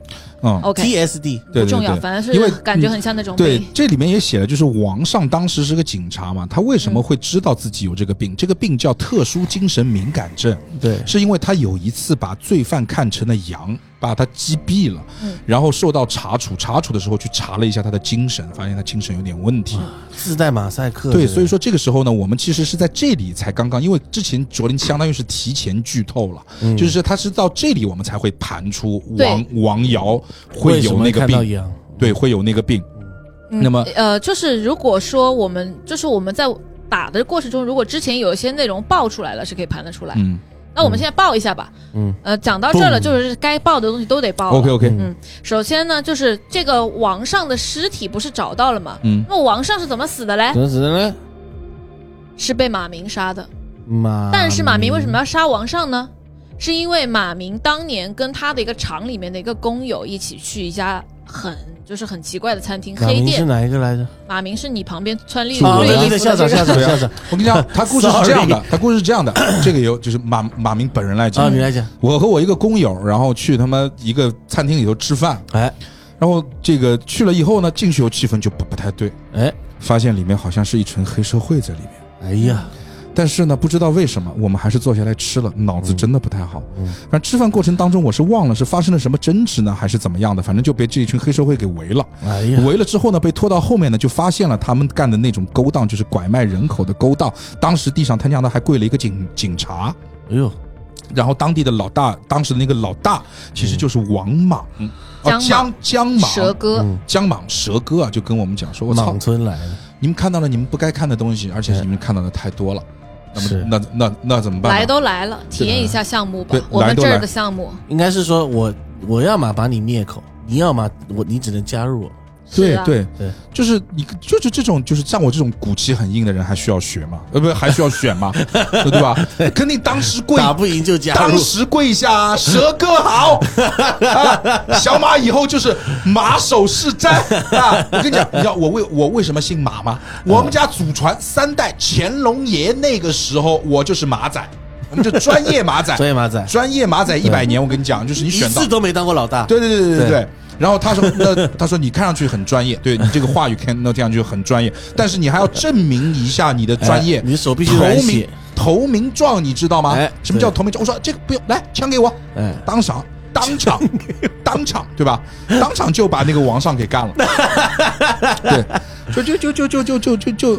嗯，
OK，
TSD，
对
不
对
重要，
对
反正
因为
是感觉很像那种
对
病。，
这里面也写了，就是王上当时是个警察嘛，他为什么
嗯
会知道自己有这个病？这个病叫特殊精神敏感症，
对，
是因为他有一次把罪犯看成了羊，把他击毙了，
嗯
然后受到查处，查处的时候去查了一下他的精神，发现他精神有点问题。
嗯
自带马赛克，
对，
这个
所以说这个时候呢，我们其实是在这里才刚刚，因为之前卓林相当于是提前剧透了，
嗯
就是他是到这里我们才会盘出
对
王王瑶
为
会
什
有
么
那个
看到
病，
羊，
对，会有那个病。
嗯
那么
呃，就是如果说我们就是我们在打的过程中，如果之前有一些内容爆出来了，是可以盘得出来。
嗯
那我们现在爆一下吧。
嗯，
呃，讲到这儿了，
嘣
就是该爆的东西都得爆了。
，OK OK，
嗯
首先呢，就是这个王上的尸体不是找到了吗？
嗯
那么王上是怎么死的嘞？
怎么死的呢？
是被马明杀的。
啊
马，
但是马明为什么要杀王上呢？是因为马明当年跟他的一个厂里面的一个工友一起去一家很就是很奇怪的餐厅
马
黑
明是
店。
哪一个来着？
马明是你旁边穿绿
啊，
绿
对
衣服
对对，
的
校长
这个
校长
对啊
校长
我跟你讲，他故事是
Sorry
这样的，他故事是这样的，这个有就是马马明本人来
啊，
讲
你，来讲，
我和我一个工友，然后去他妈一个餐厅里头吃饭，
哎
然后这个去了以后呢，进去以后气氛就不不太对，
哎
发现里面好像是一群黑社会在里面，
哎呀，
但是呢，不知道为什么我们还是坐下来吃了，脑子真的不太好
嗯。
反正吃饭过程当中，我是忘了是发生了什么争执呢，还是怎么样的，反正就被这一群黑社会给围了。
哎呀，
围了之后呢，被拖到后面呢，就发现了他们干的那种勾当，就是拐卖人口的勾当。当时地上他娘的还跪了一个警警察，
哎呦，
然后当地的老大，当时的那个老大其实就是王莽，哦
江
江江
蛇
莽。
哥，
嗯
江莽蛇哥啊，就跟我们讲说，我操
莽，村来的，
你们看到了你们不该看的东西，而且是你们看到的太多了，那
是
么那那那怎么办呢？
来都来了，体验一下项目吧
对。
我
来
们
都
这
来
儿的项目
应该是说我我要么把你灭口，你要么我你只能加入我，
是
对
啊，
对
对，
就是你就是这种就是像我这种骨气很硬的人还需要学吗？呃，不还需要选吗？ 对吧？肯定当时跪
打不赢就加入
当，时跪下，蛇哥 好、啊，小马以后就是马首是瞻啊！我跟你讲，你知道我为我为什么姓马吗？我们家祖传三代乾隆爷那个时候，我就是马仔，我们就 专业马仔，
所以马仔
专业马仔一百年。我跟你讲，就是你
一
选到
次都没当过老大，
对对对对对
对
对。然后他说：“那他说你看上去很专业，对你这个话语看那听上去很专业，但是你还要证明一下你的专业。
哎你手必须
投
染
名
血
投名状，你知道吗
哎？
什么叫
对
投名状？我说这个不用，来枪给我，
哎
当场当场当场对吧？当场就把那个王上给 干了。对，就就就就就就就就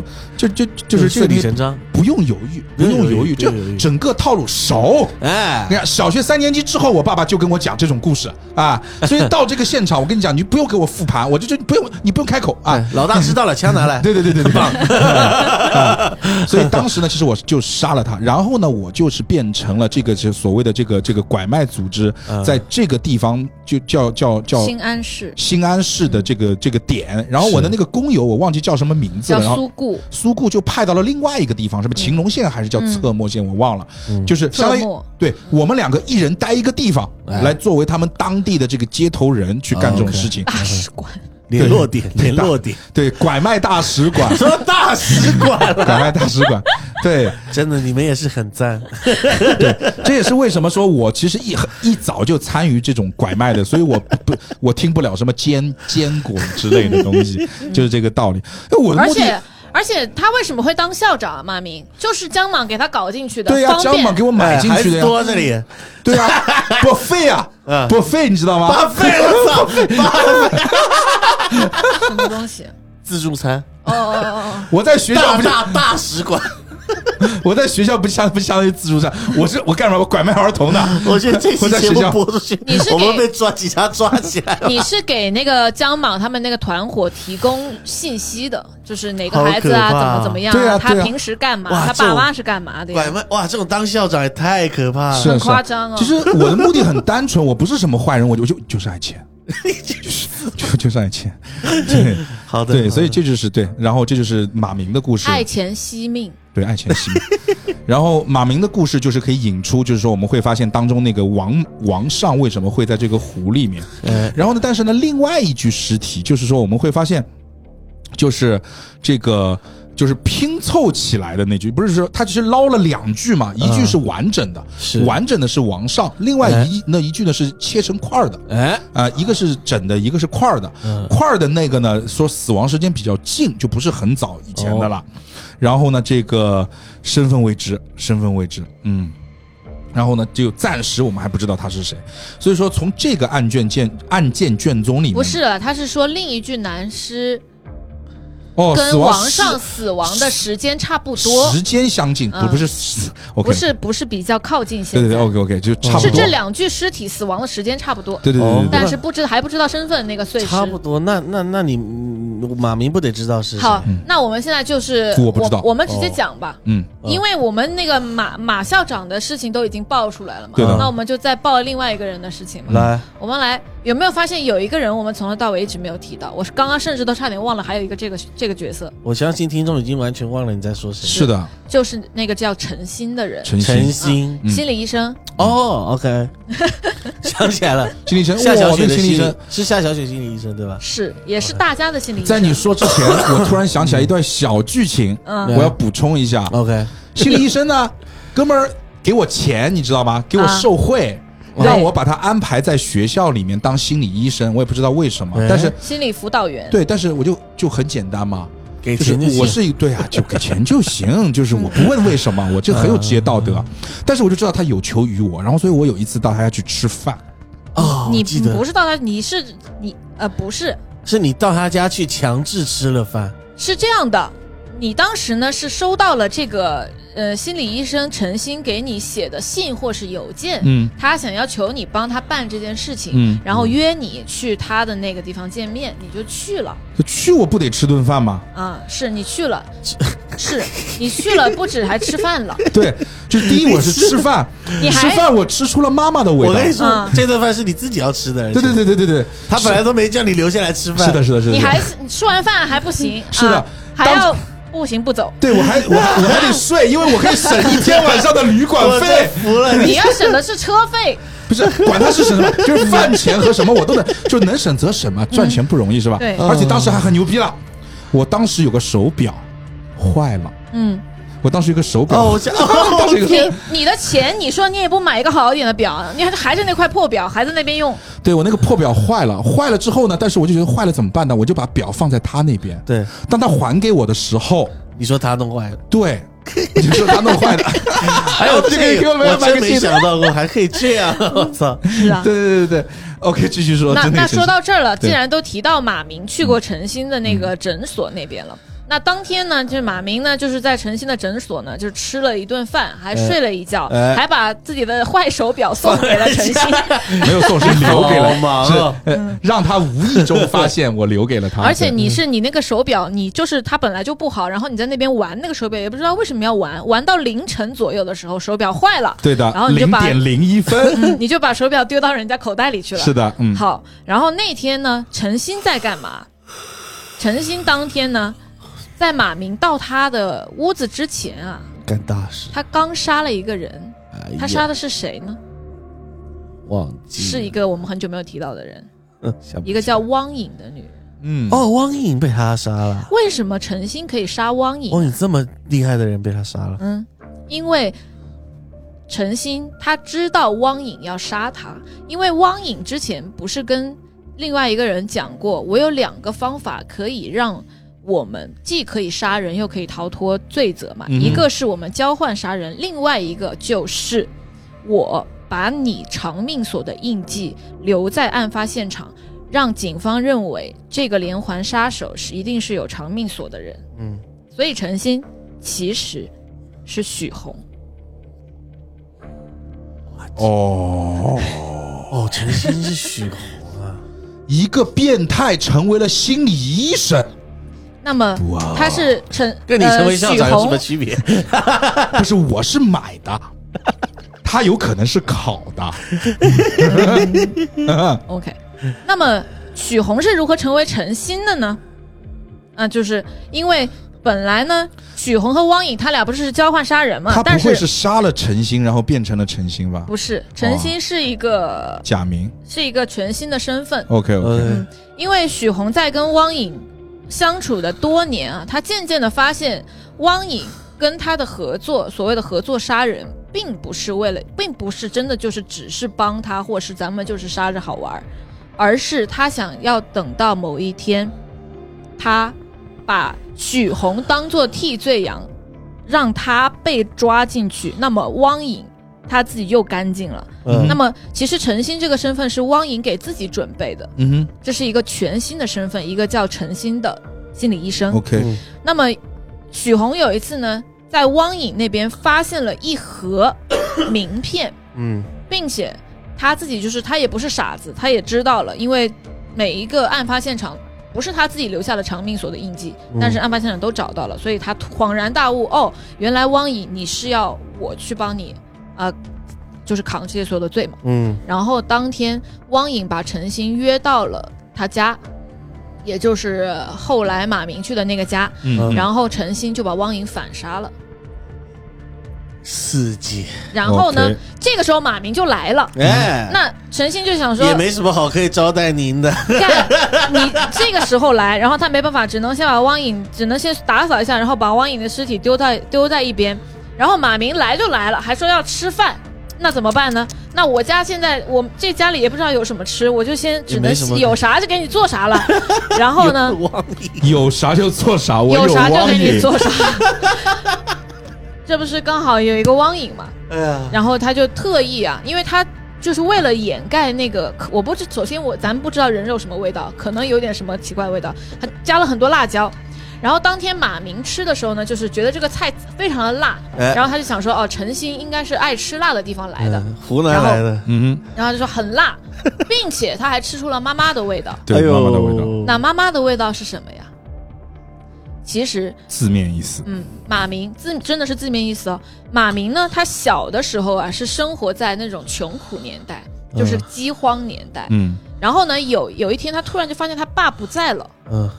就就就是这
顺
个东西
理成章，
不用犹豫，不
不用
用
犹
犹
豫
豫，
不用
就
犹豫
整个套路熟。
哎
你，看，小学三年级之后，我爸爸就跟我讲这种故事啊，所以到这个现场，我跟你讲，你不用给我复盘，我就就不用，你不用开口啊。
老大知道了，枪拿来，
对对对对，棒、啊！ 所以当时呢，其实我就杀了他，然后呢，我就是变成了这个是所谓的这个这个拐卖组织，
嗯
在这个地方就叫叫叫
新安市
新安市的这个这个点，然后我的那个工友我忘记叫什么名字
叫
了，然后
苏顾，
苏顾就派到了另外一个地方，什
嗯
么秦龙县还是叫侧墨县，我忘了，就是相当
侧
于
墨
对我们两个一人待一个地方，
哎 啊
来作为他们当地的这个街头人去干这种事情。嗯
大使馆，
联络点，联 络点，，
对，拐卖大使馆
说大使馆了，
拐卖大使馆，对，
真的，你们也是很赞，
这也是为什么说我其实一很一早就参与这种拐卖的，所以我不我听不了什么坚坚果之类的东西，
嗯
就是这个道理。哎，我的
而
目的
且而且他为什么会当校长啊？马明就是江莽给他搞进去的，
对呀、
方
江
便
莽给我买进去的
哎孩子
呀，
多这里，
对 呀、啊，不费啊
嗯，
不费，你知道吗？
巴菲我操，
什么东西？
自助餐，
哦哦哦哦，
我在学校
大
哎不就
大大使馆，
我在学校不相不相当于自助餐，我是我干什么？我拐卖儿童的。
我觉得这期
我在
节
学
目
校
播出去
你是，给
我们被抓警察抓起来了。
你是给那个江莽他们那个团伙提供信息的，就是哪个孩子啊，
好可
怎
怕啊
么怎么样
对啊
他
对啊
平时干嘛，
哇
他
这
爸
种
妈是干嘛的
拐
呀？
卖哇，这种当校长也太可怕了。
是啊
很
是啊
夸张哦
其实我的目的很单纯，我不是什么坏人，我就我就就是爱 钱，就是就就是爱钱。对
好的，
对，所以
就
这就是对，然后这就是马明的故事，
爱钱惜命，
对爱钱惜命。 然后马明的故事就是可以引出，就是说我们会发现当中那个王王上为什么会在这个湖里面。然后呢，但是呢，另外一具尸体就是说我们会发现，就是这个。就是拼凑起来的那具，不是说他只是捞了两具嘛，一具是完整的，
是
完整的是王上，另外一、那一具呢是切成块儿的，
哎，
啊、一个是整的，一个是块儿的。
嗯
块儿的那个呢，说死亡时间比较近，就不是很早以前的了。
哦
然后呢，这个身份未知，身份未知，嗯。然后呢，就暂时我们还不知道他是谁，所以说从这个案卷卷案件卷宗里面，
不是了，他是说另一具男尸
哦，死
跟
亡
王
时
上死亡的时间差不多，
时间相近，
嗯
不不是死，OK，
不是不是比较靠近
对
现
对
在
对，，OK OK，就差不多，
是这两哦具尸体死亡的时间差不多，
对对对对对，
但是不知还不知道身份那个碎尸。
差不多。那那那你嗯马明不得知道是谁？
好，那我们现在就是
我不知道
我们直接讲吧。
嗯，
嗯
因为我们那个马马校长的事情都已经爆出来了嘛，
对的嗯
那我们就再爆另外一个人的事情嘛。
来，
我们来，有没有发现有一个人我们从头到尾一直没有提到？我是刚刚甚至都差点忘了还有一个这个这个角色，
我相信听众已经完全忘了你在说谁。
是的，
就是那个叫陈鑫的人，
陈
陈
曦，
星
嗯
心理医生。
哦，OK，想起来了，
心理医生，
夏小
哇
雪
那
的
心理医生
是夏小雪心理医生对吧？
是，也是大家的心理医生。
在你说之前，我突然想起来一段小剧情，
嗯
对
我要补充一下。
OK，
心理医生呢，哥们儿给我钱，你知道吗？给我受贿，
嗯
啊
让我把他安排在学校里面当心理医生，我也不知道为什么
哎。
但是
心理辅导员，
对，但是我就就很简单嘛，
给
就是
钱就行
我是一对啊，就给钱就行，就是我不问为什么，我这很有职业道
嗯
德。但是我就知道他有求于我，然后所以我有一次到他家去吃饭，
哦，
你
我记得
不是到他，你是你呃不是，
是你到他家去强制吃了饭，
是这样的，你当时呢是收到了这个呃心理医生陈鑫给你写的信或是邮件，
嗯
他想要求你帮他办这件事情，
嗯
然后约你去他的那个地方见面，你就去了
就去我不得吃顿饭吗？
啊，是你去了，是你去了，不止还吃饭了，
对，就是第一我是吃饭，
你
吃
还
饭我吃出了妈妈的味
我
道。
跟你说
嗯，
这顿饭是你自己要吃的，而且
对对，对对对对，
他本来都没叫你留下来吃饭，
是的，是的，是的，
你
是的
还你吃完饭还不行，
是的
啊、还
当
要步行不走。
对我还我我还得睡，因为我可以省一天晚上的旅
我
馆
真
费，
服了
你
你。
要省的是车费，
不是管他是省什 么，就是饭钱和什么我都能，就能省则省嘛，赚钱不容易是吧？
嗯对
而且当时还很牛逼了，我当时有个手表坏了，
嗯，
我当时有个手
哦，
表
我，想，哦
当时有个手
你你的钱，你说你也不买一个好一点的表，你还还是那块破表，还在那边用，
对我那个破表坏了，坏了之后呢，但是我就觉得坏了怎么办呢？我就把表放在他那边，
对，
当他还给我的时候，
你说他弄坏了，
对，我就说他弄坏的。
还有这
这啊个
个，
给我买
我
买
真
个
没
新的
想到过还可以 这样，我操！
是啊。
对对对对对，OK，继续说。
那
真的
那
真
说
是
到这儿了，既
对嗯
然都提到马明去过陈鑫的那个诊所那边了，那当天呢，就是马明呢，就是在陈鑫的诊所呢，就是吃了一顿饭，还睡了一觉，
哎
还把自己的坏手表送给了陈鑫，
没有送，是 留给了，
好忙
是
啊
呃让他无意中发现我留给了他。
嗯而且
对
你是你那个手表，你就是它本来就不好，然后你在那边玩那个手表，也不知道为什么要玩，玩到凌晨左右的时候手表坏了，
对的，
然后你就
零
把
点零一分，
嗯你就把手表丢到人家口袋 里去了。
是的，嗯，
好，然后那天呢，陈鑫在干嘛？陈鑫当天呢，在马明到他的屋子之前啊，
干大事，
他刚杀了一个人，
哎呀
他杀的是谁呢？
忘记
是一个我们很久没有提到的人，
嗯，想不
一个叫汪颖的女人。
嗯，
哦，汪颖被他杀了，
为什么陈星可以杀汪颖？
汪颖这么厉害的人被他杀了，
嗯，因为陈星他知道汪颖要杀他，因为汪颖之前不是跟另外一个人讲过，我有两个方法可以让我们既可以杀人又可以逃脱罪责嘛，
嗯哼
一个是我们交换杀人，另外一个就是我把你长命锁的印记留在案发现场。让警方认为这个连环杀手是一定是有长命锁的人，
嗯，
所以陈星其实是许红。
哦，
哦，陈星是许红啊，
一个变态成为了心理医 生，
那么
哇
他是陈
哦跟你成为校
呃、许
长有什么
红
区别？
不是我是买的，他有可能是烤 的。
嗯 OK，那么许红是如何成为陈星的呢？啊，就是因为本来呢，许红和汪颖他俩不是交换杀人嘛，
他
但
不会
是
是杀了陈星，然后变成了陈星吧？
不是陈星是一个、
假名。
是一个全新的身份，
OK OK，
呃，
因为许红在跟汪颖相处的多年啊，他渐渐的发现汪颖跟他的合作，所谓的合作杀人，并不是为了，并不是真的就是只是帮他，或是咱们就是杀着好玩儿，而是他想要等到某一天，他把许红当做替罪羊，让他被抓进去，那么汪颖他自己又干净了。
嗯
那么其实陈星这个身份是汪颖给自己准备的。
嗯
这是一个全新的身份，一个叫陈星的心理医
哼
生。
，OK，
嗯
那么，许红有一次呢，在汪颖那边发现了一盒名片，
嗯
并且他自己就是他也不是傻子，他也知道了，因为每一个案发现场不是他自己留下的长命锁的印记，
嗯
但是案发现场都找到了，所以他恍然大悟，哦，原来汪颖你是要我去帮你，啊，就是扛这些所有的罪嘛。
嗯
然后当天，汪颖把陈星约到了他家，也就是后来马明去的那个家。
嗯
然后陈星就把汪颖反杀了。
刺激，
然后呢
OK
这个时候马明就来了。
哎，
那陈星就想说
也，没什么好可以招待您的，
干你这个时候来，然后他没办法，只能先把汪颖，只能先打扫一下，然后把汪颖的尸体丢在丢在一边。然后马明来就来了，还说要吃饭，那怎么办呢？那我家现在我这家里也不知道有什么吃，我就先只
也
能
没什么
有啥就给你做啥了。然后呢，
汪丽，
有啥就做啥，我
有啥就
汪
给你
颖。
做啥。 这不是刚好有一个汪颖嘛，
哎呀，
然后他就特意啊，因为他就是为了掩盖那个，我不知首先我咱不知道人肉什么味道，可能有点什么奇怪的味道，他加了很多辣椒。然后当天马明吃的时候呢，就是觉得这个菜非常的辣，
哎
然后他就想说，哦，陈星应该是爱吃辣的地方来的，
嗯湖南来的，
嗯哼，
然后他就说很 辣，并且他还吃出了妈妈的味道。
哎
对，妈妈的味道，
哦
那妈妈的味道是什么呀？其实
字面意思。
嗯，马明字真的是字面意思哦。马明呢，他小的时候啊是生活在那种穷苦年代，就是饥荒年代。
嗯，
然后呢，有有一天他突然就发现他爸不在了，
嗯，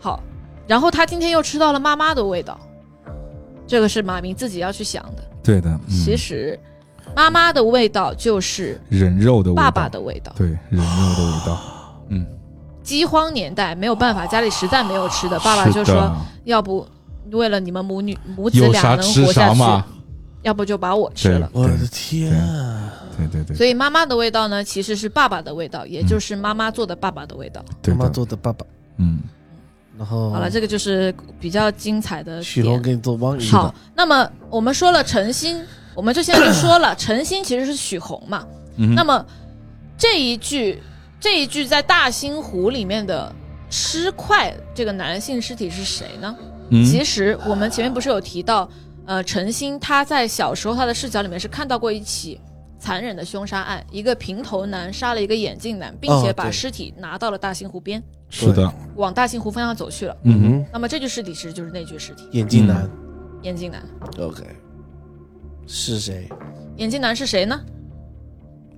好，然后他今天又吃到了妈妈的味道，这个是马明自己要去想的。
对的，嗯
其实，妈妈的味道就是
人肉的味道，
爸爸的味道。
对，人肉的味道。嗯，
饥荒年代没有办法，家里实在没有吃的，爸爸
是
就
的
说，要不为了你们母女母子
有
俩
啥
能
吃
活下
啥
去，
嘛。
要不就把我吃
对
了。
我的天啊，
对对对，
所以妈妈的味道呢，其实是爸爸的味道，也就是妈妈做的爸爸的味道。
对
妈妈
的，
做的爸爸，
嗯，
然后
好了，这个就是比较精彩的
许宏
点。
给你做汪颖，
好，那么我们说了陈星，我们就现在就 说了，陈星其实是许红嘛。
嗯
那么这一句，这一句在大兴湖里面的尸块，这个男性尸体是谁呢？
嗯
其实我们前面不是有提到，呃，陈星他在小时候他的视角里面是看到过一起残忍的凶杀案，一个平头男杀了一个眼镜男，并且
哦
把
对
尸体拿到了大兴湖边，
是的，
往大兴湖方向走去了。
嗯哼，
嗯，
那么这具尸体其实就是那具尸体，
眼镜男
眼镜男。
，OK，是谁？
眼镜男是谁呢？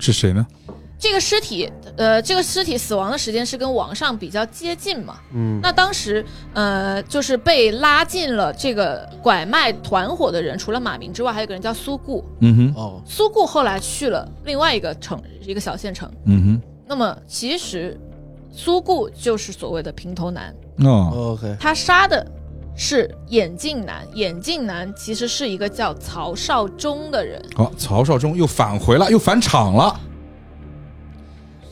是谁呢？
这个尸体，呃，这个尸体死亡的时间是跟网上比较接近嘛？
嗯，
那当时，呃，就是被拉进了这个拐卖团伙的人，除了马明之外，还有个人叫苏顾。
嗯哼，
哦，
苏顾后来去了另外一个城，一个小县城。
嗯
那么其实苏顾就是所谓的平头男，
哦，
OK，
他杀的是眼镜男。眼镜男其实是一个叫曹少忠的人。
好，哦曹少忠又返回了，又返场了。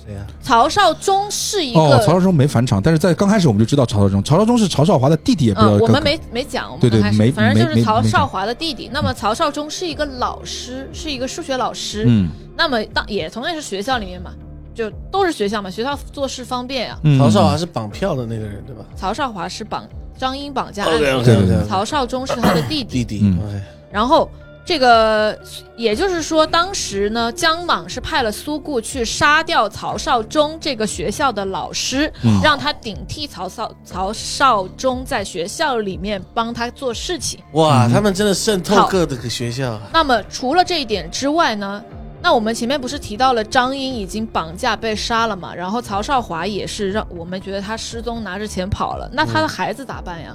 谁啊呀？
曹少忠是一个，
哦，曹少忠没返场，但是在刚开始我们就知道曹少忠，曹少忠是曹少华的弟弟，也不知道
嗯，
刚。
我们没没讲，我
对
们
对
刚开始
没
反正就
没
是
没
曹
没
少
讲
华的弟弟。那么曹少忠是一个老师，是一个数学老师。
嗯
那么当也同样是学校里面嘛，就都是学校嘛，学校做事方便呀、
嗯，
曹少华是绑票的那个人对吧？
曹少华是绑张英绑架案的，
对对对
曹少忠是他的弟弟。
弟弟
嗯
OK，
然后这个也就是说，当时呢，江莽是派了苏顾去杀掉曹少忠这个学校的老师，
嗯
让他顶替曹少曹少忠在学校里面帮他做事情。
哇，
嗯
他们真的渗透
好
各个学校啊。
那么除了这一点之外呢？那我们前面不是提到了张英已经绑架被杀了嘛？然后曹少华也是让我们觉得他失踪拿着钱跑了，那他
嗯
的孩子咋办呀？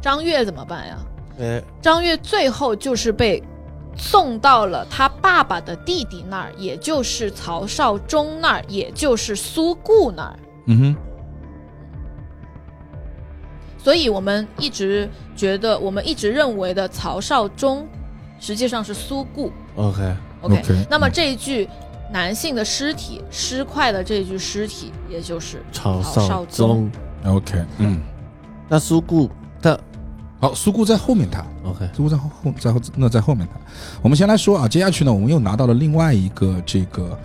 张悦怎么办呀？
哎，
张悦最后就是被送到了他爸爸的弟弟那儿，也就是曹少忠那儿，也就是苏顾那儿。
嗯哼，
所以我们一直觉得，我们一直认为的曹少忠，实际上是苏顾。
OK，
OK，,
OK，
那么这一具男性的尸体尸块的这具尸体，也就是
曹
少
少宗，
，OK，嗯，
那苏顾他
好，苏顾在后面他，
OK，
苏顾在后后在后那在后面他，我们先来说啊，接下去呢，我们又拿到了另外一个这个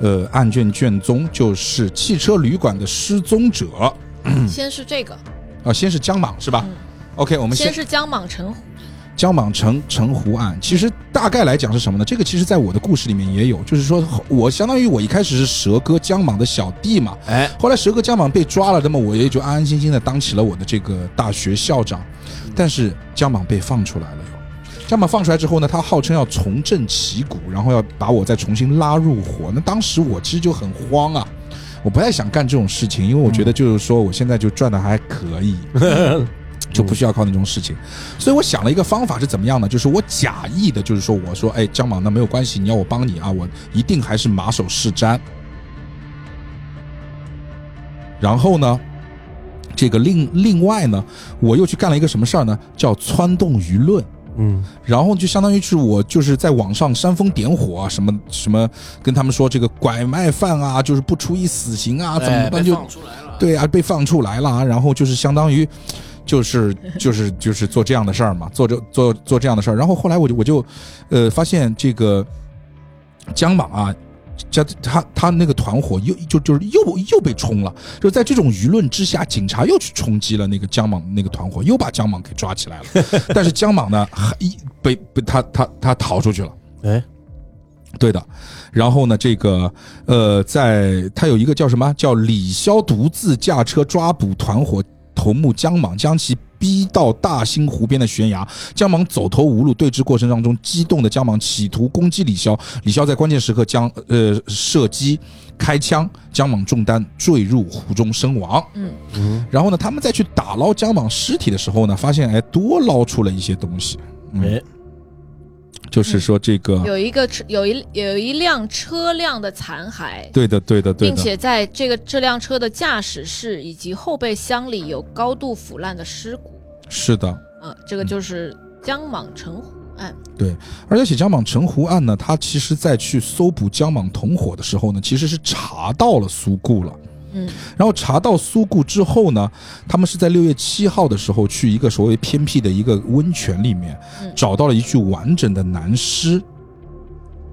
呃案卷卷宗，就是汽车旅馆的失踪者啊、
先是这个，
哦先是江莽是吧、
嗯
o k 我们
先是江莽陈虎，
江莽城城湖案，其实大概来讲是什么呢？这个其实在我的故事里面也有，就是说我相当于我一开始是蛇哥江莽的小弟嘛，
哎，
后来蛇哥江莽被抓了，那么我也就安安心心的当起了我的这个大学校长，但是江莽被放出来了哟。江莽放出来之后呢，他号称要重振旗鼓，然后要把我再重新拉入伙。那当时我其实就很慌啊，我不太想干这种事情，因为我觉得就是说我现在就赚的还可以，就不需要靠那种事情。所以我想了一个方法是怎么样呢？就是我假意的，就是说我说，哎，江莽，那没有关系，你要我帮你啊，我一定还是马首是瞻。然后呢，这个另另外呢，我又去干了一个什么事儿呢？叫撺动舆论。
嗯，
然后就相当于是我就是在网上煽风点火啊，什么什么跟他们说这个拐卖犯啊，就是不处以死刑啊，怎么
哎
办
被
就
放出来了？
对啊，被放出来了啊，然后就是相当于，就是就是就是做这样的事儿嘛，做这做做这样的事儿。然后后来我就我就，呃，发现这个江莽啊，加他他那个团伙又就就是又又被冲了，就是在这种舆论之下，警察又去冲击了那个江莽那个团伙，又把江莽给抓起来了。但是江莽呢，还一被被他他他逃出去了。
哎，
对的，然后呢，这个呃，在他有一个叫什么叫李潇独自驾车抓捕团伙头目江莽，将其逼到大兴湖边的悬崖。江莽走投无路，对峙过程当中，激动的江莽企图攻击李潇，李潇在关键时刻将呃射击开枪，江莽中弹坠入湖中身亡。
嗯，
嗯，
然后呢，他们再去打捞江莽尸体的时候呢，发现哎多捞出了一些东西，嗯，
哎，
就是说这个。
有一个车有一有一辆车辆的残骸，
对的，对的，对的，
并且在这个这辆车的驾驶室以及后备箱里有高度腐烂的尸骨。
是的，
啊，这
嗯
个就是江莽陈虎案。
而且写江莽陈湖案呢，他其实在去搜捕江莽同伙的时候呢，其实是查到了苏顾了。
嗯，
然后查到苏顾之后呢，他们是在六月七号的时候去一个所谓偏僻的一个温泉里面
嗯，
找到了一具完整的男尸。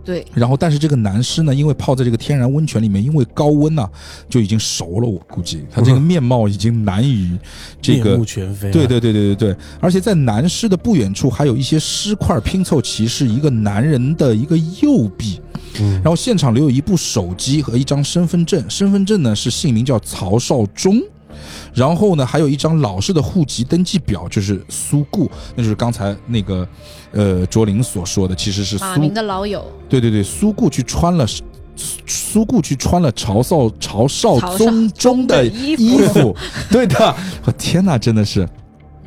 对，
然后，但是这个男尸呢，因为泡在这个天然温泉里面，因为高温呢、就已经熟了。我估计他这个面貌已经难以这个
面目全非啊，
对对对对对对，而且在男尸的不远处还有一些尸块拼凑齐是一个男人的一个右臂，
嗯，
然后现场留有一部手机和一张身份证，身份证呢是姓名叫曹少忠。然后呢，还有一张老式的户籍登记表，就是苏顾，那就是刚才那个，呃，卓林所说的，其实是苏
马明的老友
对对对，苏顾去穿了，苏苏顾去穿了曹少曹少
曹少
宗
宗
宗
的
的
衣
衣服，对的，我天哪，真的是。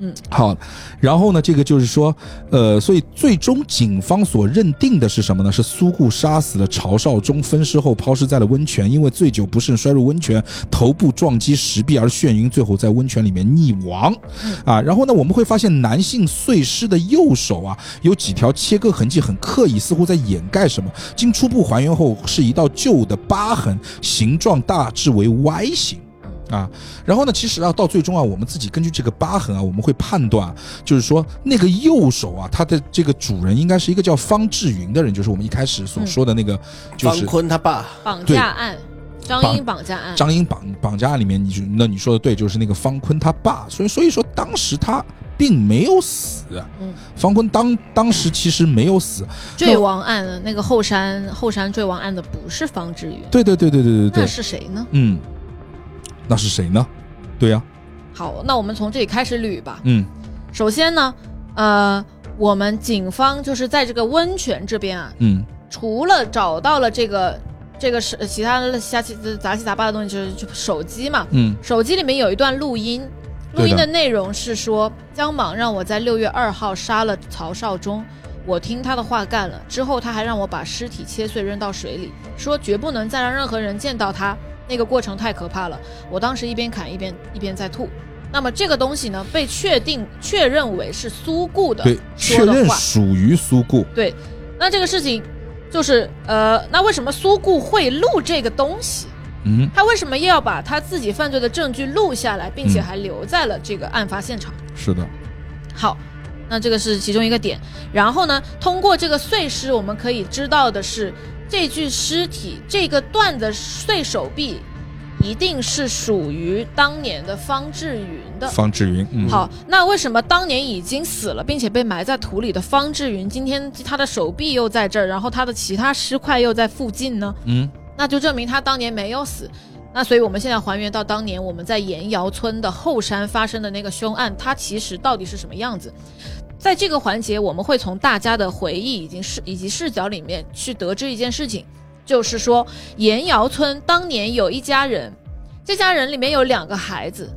嗯，
好，然后呢，这个就是说，呃，所以最终警方所认定的是什么呢？是苏顾杀死了曹少忠，分尸后抛尸在了温泉，因为醉酒不慎摔入温泉，头部撞击石壁而眩晕，最后在温泉里面溺亡。啊，然后呢，我们会发现男性碎尸的右手啊，有几条切割痕迹，很刻意，似乎在掩盖什么。经初步还原后，是一道旧的疤痕，形状大致为 Y 型。啊，然后呢？其实啊，到最终啊，我们自己根据这个疤痕啊，我们会判断啊，就是说那个右手啊，它的这个主人应该是一个叫方志云的人，就是我们一开始所说的那个，就
嗯方
是
坤他爸，
绑
对
架案，张
绑
英绑架案，
张英绑绑架案里面，你就那你说的对，就是那个方坤他爸，所以所以说当时他并没有死，啊
嗯
方坤当当时其实没有死，
坠亡案，那个后山后山坠亡案的不是方志云，
对对对对对对
那
对，
是谁呢？
嗯，那是谁呢？对呀、
好，那我们从这里开始捋吧。
嗯
首先呢，呃，我们警方就是在这个温泉这边啊，
嗯
除了找到了这个这个是其他的瞎七杂七杂八的东西，就是就手机嘛，
嗯
手机里面有一段录音，
对的
录音的内容是说江莽让我在六月二号杀了曹少忠，我听他的话干了，之后他还让我把尸体切碎扔到水里，说绝不能再让任何人见到他，那个过程太可怕了。我当时一边砍一边一边在吐。那么这个东西呢，被确定确认为是苏顾的
对，确
说的
认
话。
属于苏顾，
对，那这个事情就是呃，那为什么苏顾会录这个东西？
嗯，
他为什么又要把他自己犯罪的证据录下来，并且还留在了这个案发现场？
是的，
好，那这个是其中一个点。然后呢，通过这个碎尸，我们可以知道的是，这具尸体这个段的碎手臂，一定是属于当年的方志云的。
方志云，嗯，
好，那为什么当年已经死了并且被埋在土里的方志云，今天他的手臂又在这儿，然后他的其他尸块又在附近呢？
嗯
那就证明他当年没有死。那所以我们现在还原到当年我们在岩窑村的后山发生的那个凶案，它其实到底是什么样子？在这个环节，我们会从大家的回忆以及视以及视角里面去得知一件事情，就是说岩窑村当年有一家人，这家人里面有两个孩子，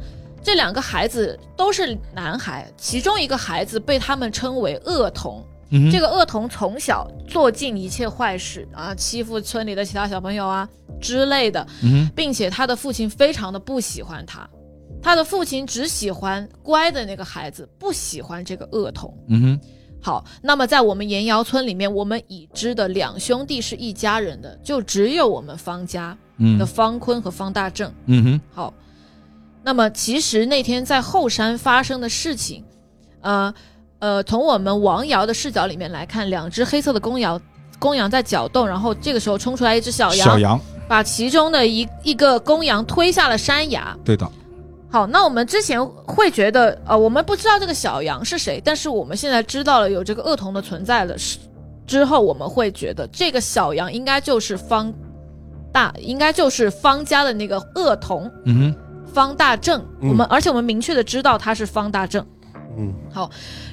这两个孩子都是男孩，其中一个孩子被他们称为恶童，
嗯哼
这个恶童从小做尽一切坏事啊，欺负村里的其他小朋友啊之类的，
嗯哼
并且他的父亲非常的不喜欢他，他的父亲只喜欢乖的那个孩子，不喜欢这个恶童。
嗯哼，
好，那么在我们岩窑村里面，我们已知的两兄弟是一家人的，就只有我们方家的
嗯
方坤和方大正。
嗯哼，
好，那么其实那天在后山发生的事情，呃呃，从我们王瑶的视角里面来看，两只黑色的公羊，公羊在搅动，然后这个时候冲出来一只小羊，
小杨，
把其中的一一个公羊推下了山崖。
对的，
好，那我们之前会觉得，呃，我们不知道这个小羊是谁，但是我们现在知道了有这个恶童的存在了，是之后我们会觉得这个小羊应该就是方大，应该就是方家的那个恶童。
嗯哼，
方大正，
嗯
我们而且我们明确的知道他是方大正。
嗯，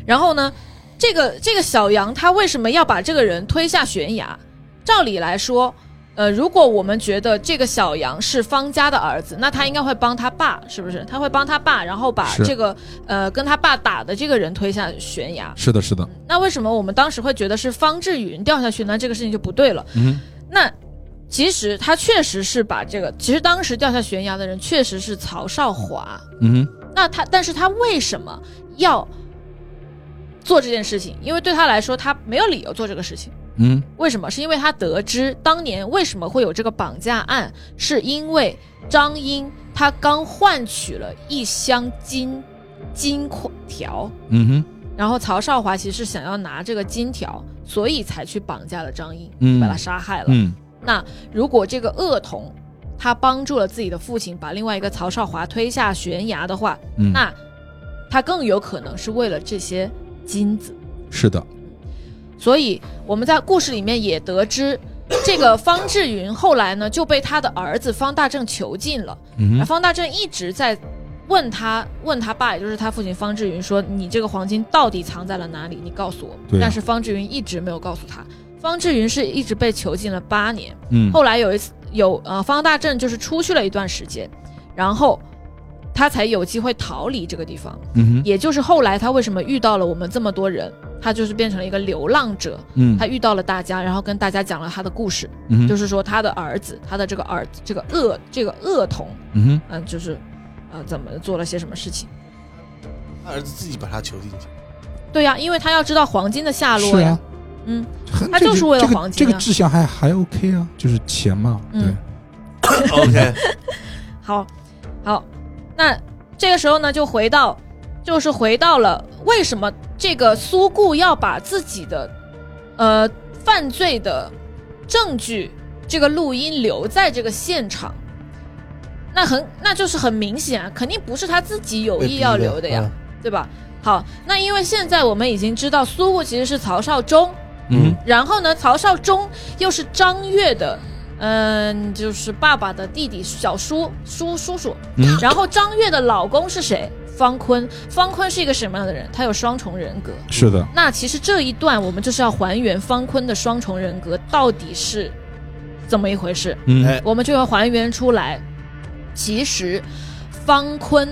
然后呢，这个这个小杨他为什么要把这个人推下悬崖？照理来说，呃，如果我们觉得这个小杨是方家的儿子，那他应该会帮他爸，是不是？他会帮他爸，然后把
是
这个呃跟他爸打的这个人推下悬崖。
是的，是的，
那为什么我们当时会觉得是方志云掉下去呢？这个事情就不对了。
嗯
那其实他确实是把这个，其实当时掉下悬崖的人确实是曹少华。
哼，嗯哼，
那他，但是他为什么要做这件事情？因为对他来说，他没有理由做这个事情。
嗯
为什么？是因为他得知当年为什么会有这个绑架案，是因为张英他刚换取了一箱金金条，
嗯哼，
然后曹少华其实想要拿这个金条，所以才去绑架了张英，
嗯
把他杀害了。
嗯
那如果这个恶童他帮助了自己的父亲把另外一个曹少华推下悬崖的话，
嗯，
那他更有可能是为了这些金子。
是的，
所以我们在故事里面也得知，这个方志云后来呢就被他的儿子方大正囚禁了。
嗯
而
哼，
方大正一直在问他，问他爸，也就是他父亲方志云说：“你这个黄金到底藏在了哪里？你告诉我。
对啊
但是方志云一直没有告诉他。方志云是一直被囚禁了八年。
嗯
后来有一次有呃方大正就是出去了一段时间，然后他才有机会逃离这个地方。
嗯哼，
也就是后来他为什么遇到了我们这么多人，他就是变成了一个流浪者，
嗯
他遇到了大家，然后跟大家讲了他的故事，
嗯哼，
就是是说他的儿子，他的这个儿子，这个恶这个恶童，
嗯哼，
嗯、就是呃怎么做了些什么事情。
他儿子自己把他囚进去，
对呀、因为他要知道黄金的下落
是
呀。
啊，
嗯，
很
他
这个
就是为了
这个
黄金
这
啊
个志向还还 OK 啊，就是钱嘛，
嗯
对，
OK，
好，好，那这个时候呢，就回到，就是回到了为什么这个苏顾要把自己的呃犯罪的证据这个录音留在这个现场。那很，那就是很明显啊，肯定不是他自己有意要留的呀，对吧？好，那因为现在我们已经知道苏顾其实是曹少忠，
嗯
然后呢，曹少忠又是张悦的，嗯，就是爸爸的弟弟小叔叔叔叔。
嗯
然后张悦的老公是谁？方坤。方坤是一个什么样的人？他有双重人格。
是的，
那其实这一段我们就是要还原方坤的双重人格到底是怎么一回事，
嗯
哎
我们就要还原出来。其实，方坤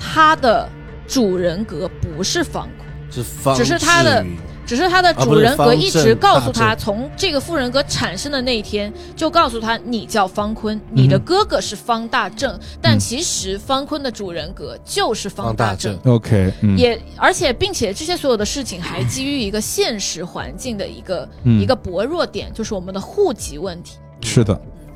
他的主人格不是方坤。
是方
只是他的
志云
只是他的
啊
主
不是
人格
方
一直
正
告诉
大
他，
正
从这个副人格产生的那一天就告诉他，你叫方坤，你的哥哥是方大正，但其实方坤的主人格就是方大正
方大。
，OK，嗯，
也，而且，并且这些所有的事情还基于一个现实环境的一个、
嗯
一个薄弱点，就是我们的户籍问题。
是的，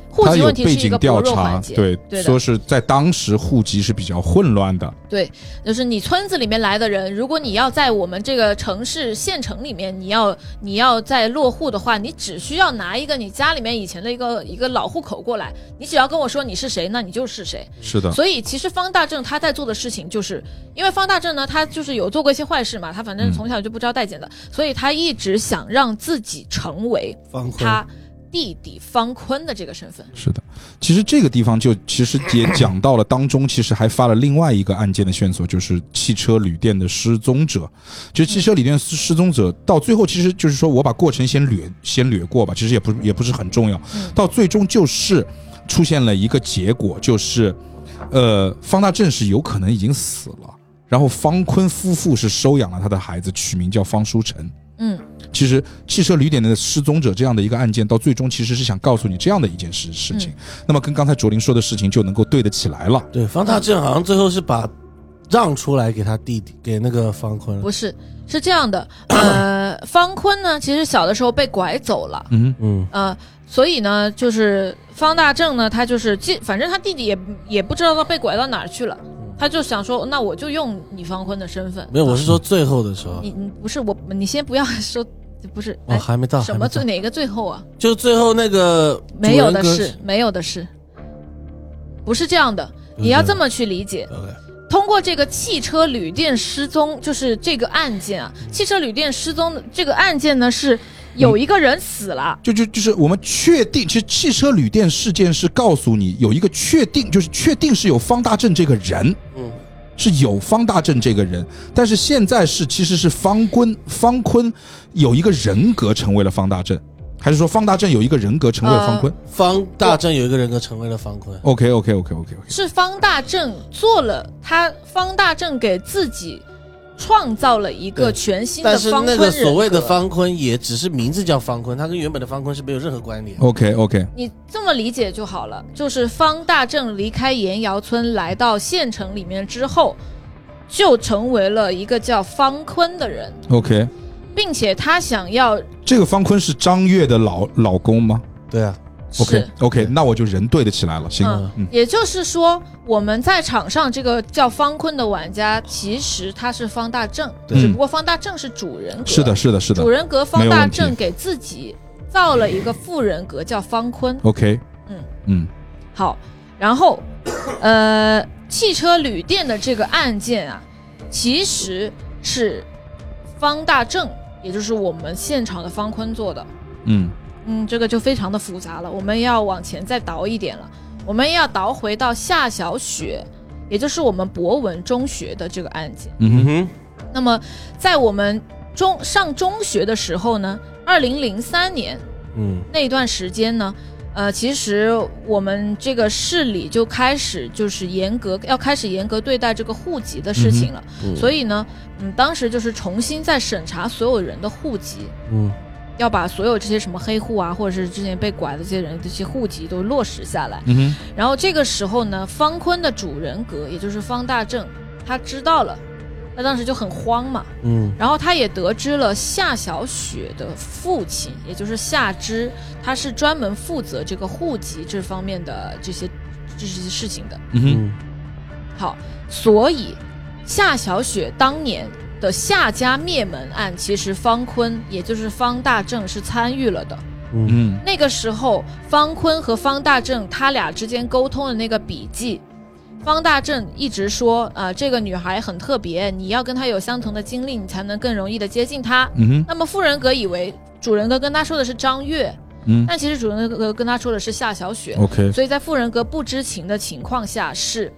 户
他
籍
有
问题
背
是一个
景
薄
调
弱
查
环，节，
对，
对的
说是在当时户籍是比较混乱的，
对，就是你村子里面来的人，如果你要在我们这个城市县城里面，你要你要再落户的话，你只需要拿一个你家里面以前的一个一个老户口过来，你只要跟我说你是谁，那你就是谁。
是的，
所以其实方大正他在做的事情，就是因为方大正呢，他就是有做过一些坏事嘛，他反正
嗯
从小就不招待见的，所以他一直想让自己成为
方坤
他弟弟方坤的这个身份。嗯
是的，其实这个地方就其实也讲到了当中，其实还发了另外一个案件的线索，就是汽车旅店的失踪者。就汽车旅店失失踪者到最后，其实就是说我把过程先略先略过吧，其实也不也不是很重要
嗯。
到最终就是出现了一个结果，就是呃，方大正是有可能已经死了，然后方坤夫妇是收养了他的孩子，取名叫方书成。
嗯，
其实汽车旅店的失踪者这样的一个案件，到最终其实是想告诉你这样的一件事事情。那么跟刚才卓林说的事情就能够对得起来了。
对方大正好像最后是把让出来给他弟弟，给那个方坤
不，是，是这样的，呃，方坤呢，其实小的时候被拐走了，
嗯，
嗯，
呃，所以呢，就是方大正呢，他就是既反正他弟弟也也不知道他被拐到哪儿去了，他就想说，那我就用你方坤的身份。
嗯
啊
没有，我是说最后的时候，
你你不是我，你先不要说，不是，
哦，
哎，
还没到
什么最
最？
哪个最后啊？
就最后那个
没有的
主人格
事，没有的事，不是这样的，你要这么去理解。
，OK，
通过这个汽车旅店失踪，就是这个案件啊，
嗯
汽车旅店失踪的这个案件呢，是有一个人死了，
就就就是我们确定，其实汽车旅店事件是告诉你有一个确定，就是确定是有方大正这个人，
嗯，
是有方大正这个人，但是现在是其实是方坤方坤有一个人格成为了方大正，还是说方大正有一个人格成为了方坤、
方大正有一个人格成为了方坤，
o k OK OK OK OK，
是方大正做了，他方大正给自己创造了一个
对
全新的
但是
方
那
坤
个
人
所谓的
格
方坤也只是名字叫方坤，他跟原本的方坤是没有任何关联。
OK OK，
你这么理解就好了，就是方大正离开岩窑村来到县城里面之后，就成为了一个叫方坤的人，
OK，
并且他想要
这个方坤是张悦的老老公吗
对啊，
是。
？OK OK，那我就人对得起来了，行，
嗯
嗯
也就是说，我们在场上这个叫方坤的玩家，其实他是方大正，
对
只不过方大正是主人格，
嗯是的，，是的，是的
主人格
没
方
有
大
问题
正给自己造了一个副人格叫方坤。
，OK，
嗯
嗯
好，然后，呃，汽车旅店的这个案件啊，其实是方大正，也就是我们现场的方坤做的。
嗯
嗯，这个就非常的复杂了，我们要往前再倒一点了，我们要倒回到夏小雪，也就是我们博文中学的这个案件。
嗯哼，
哼，
那么，在我们中上中学的时候呢，二零零三年
嗯
那段时间呢，呃，其实我们这个市里就开始就是严格要开始严格对待这个户籍的事情了，
嗯
所以呢，嗯，当时就是重新再审查所有人的户籍，
嗯
要把所有这些什么黑户啊，或者是之前被拐的这些人这些户籍都落实下来。
嗯
然后这个时候呢，方坤的主人格，也就是方大正，他知道了，他当时就很慌嘛。
嗯
然后他也得知了夏小雪的父亲，也就是夏之，他是专门负责这个户籍这方面的这些这些事情的。
哼，嗯哼，
嗯
好，所以夏小雪当年的夏家灭门案，其实方坤，也就是方大正是参与了的。
嗯
嗯
那个时候，方坤和方大正他俩之间沟通的那个笔记，方大正一直说啊、呃这个女孩很特别，你要跟她有相同的经历，你才能更容易的接近她。
嗯哼，
那么富人格以为主人格跟他说的是张悦，
嗯
但其实主人格跟他说的是夏小雪，
，OK，
所以在富人格不知情的情况下，是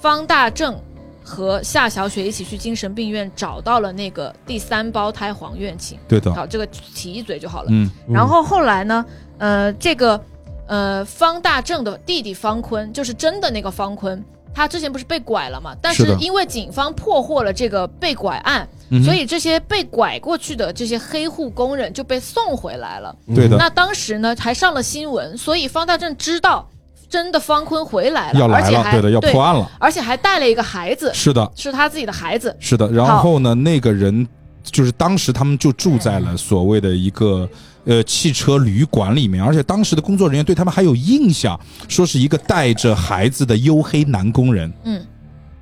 方大正和夏小雪一起去精神病院找到了那个第三胞胎黄苑琴。
对的，
好，这个提一嘴就好了。
哦嗯
然后后来呢，呃，这个呃方大正的弟弟方坤，就是真的那个方坤，他之前不是被拐了嘛？但
是
是
的
因为警方破获了这个被拐案，
嗯哼
所以这些被拐过去的这些黑户工人就被送回来了。
对的，
那当时呢，还上了新闻，所以方大正知道真的方坤回来了，
要
而
来
且
了，
还
对的，要破案了，
而且还带了一个孩子，
是的，
是他自己的孩子。
是的。然后呢，那个人就是当时他们就住在了所谓的一个呃汽车旅馆里面，而且当时的工作人员对他们还有印象，说是一个带着孩子的黝黑男工人。
嗯，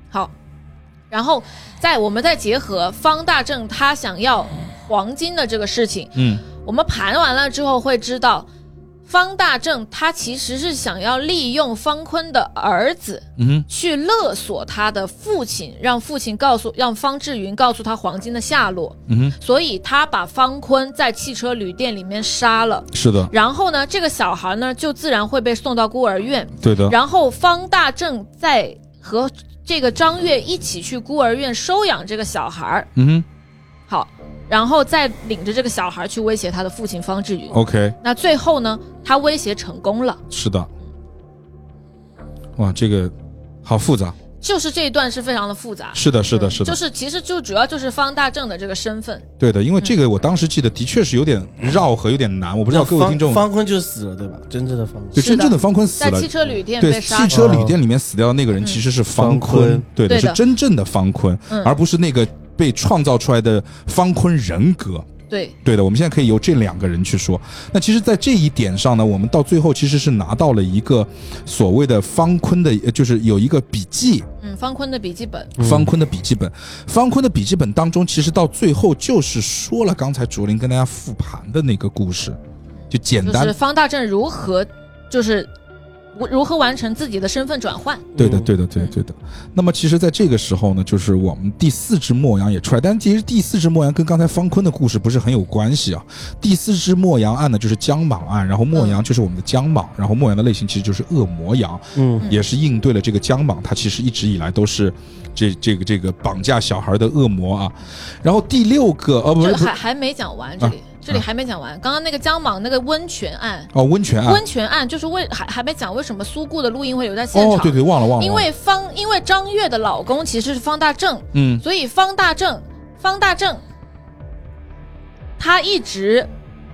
好。然后再我们再结合方大正他想要黄金的这个事情，
嗯
我们盘完了之后会知道，方大正他其实是想要利用方坤的儿子
嗯哼
去勒索他的父亲，让父亲告诉让方志云告诉他黄金的下落，
嗯哼，
所以他把方坤在汽车旅店里面杀了。
是的，
然后呢，这个小孩呢就自然会被送到孤儿院。
对的，
然后方大正在和这个张月一起去孤儿院收养这个小孩儿，
嗯
好，然后再领着这个小孩儿去威胁他的父亲方志云
哼。，OK，
那最后呢，他威胁成功了。
是的。哇，这个好复杂。
就是这一段是非常的复杂，
是的，是的，是的，
就是其实就主要就是方大正的这个身份，
对的，因为
嗯
这个我当时记得的确是有点绕和有点难，我不知道
那
各位
方
听众
方坤就死了对吧？真正的方
对
坤，
是的
真正的方坤死
在
了
汽。车旅店
对，
被杀
汽
的。
车旅店里面死掉的那个人其实是方
方
坤
坤，
对的，
对的
是真正的方坤，
嗯
而不是那个被创造出来的方坤人格。
对，
对的，我们现在可以由这两个人去说。那其实，在这一点上呢，我们到最后其实是拿到了一个所谓的方坤的，呃就是有一个笔记，
嗯，方坤的笔记本，
方坤的笔记本。方坤的笔记本当中，其实到最后就是说了刚才卓林跟大家复盘的那个故事，就简
就
单
是方大正如何，就是如如何完成自己的身份转换。
对的，
嗯
对的，对的对的。那么其实，在这个时候呢，就是我们第四只墨羊也出来，但其实第四只墨羊跟刚才方坤的故事不是很有关系啊。第四只墨羊案呢，就是江蟒案，然后墨
嗯
羊就是我们的江蟒，然后墨羊的类型其实就是恶魔羊，
嗯
也是应对了这个江蟒，它其实一直以来都是这这个这个绑架小孩的恶魔啊。然后第六个，呃，不是
这
不是啊
还还没讲完，这里、这里还没讲完。刚刚那个江蟒那个温泉案，
哦，温泉案
温，泉案就是为还还没讲为什么苏顾的录音会留在现场，
哦，对对，忘了忘了，
因
忘了
为方因为张悦的老公其实是方大正，
嗯
所以方大正方大正他一直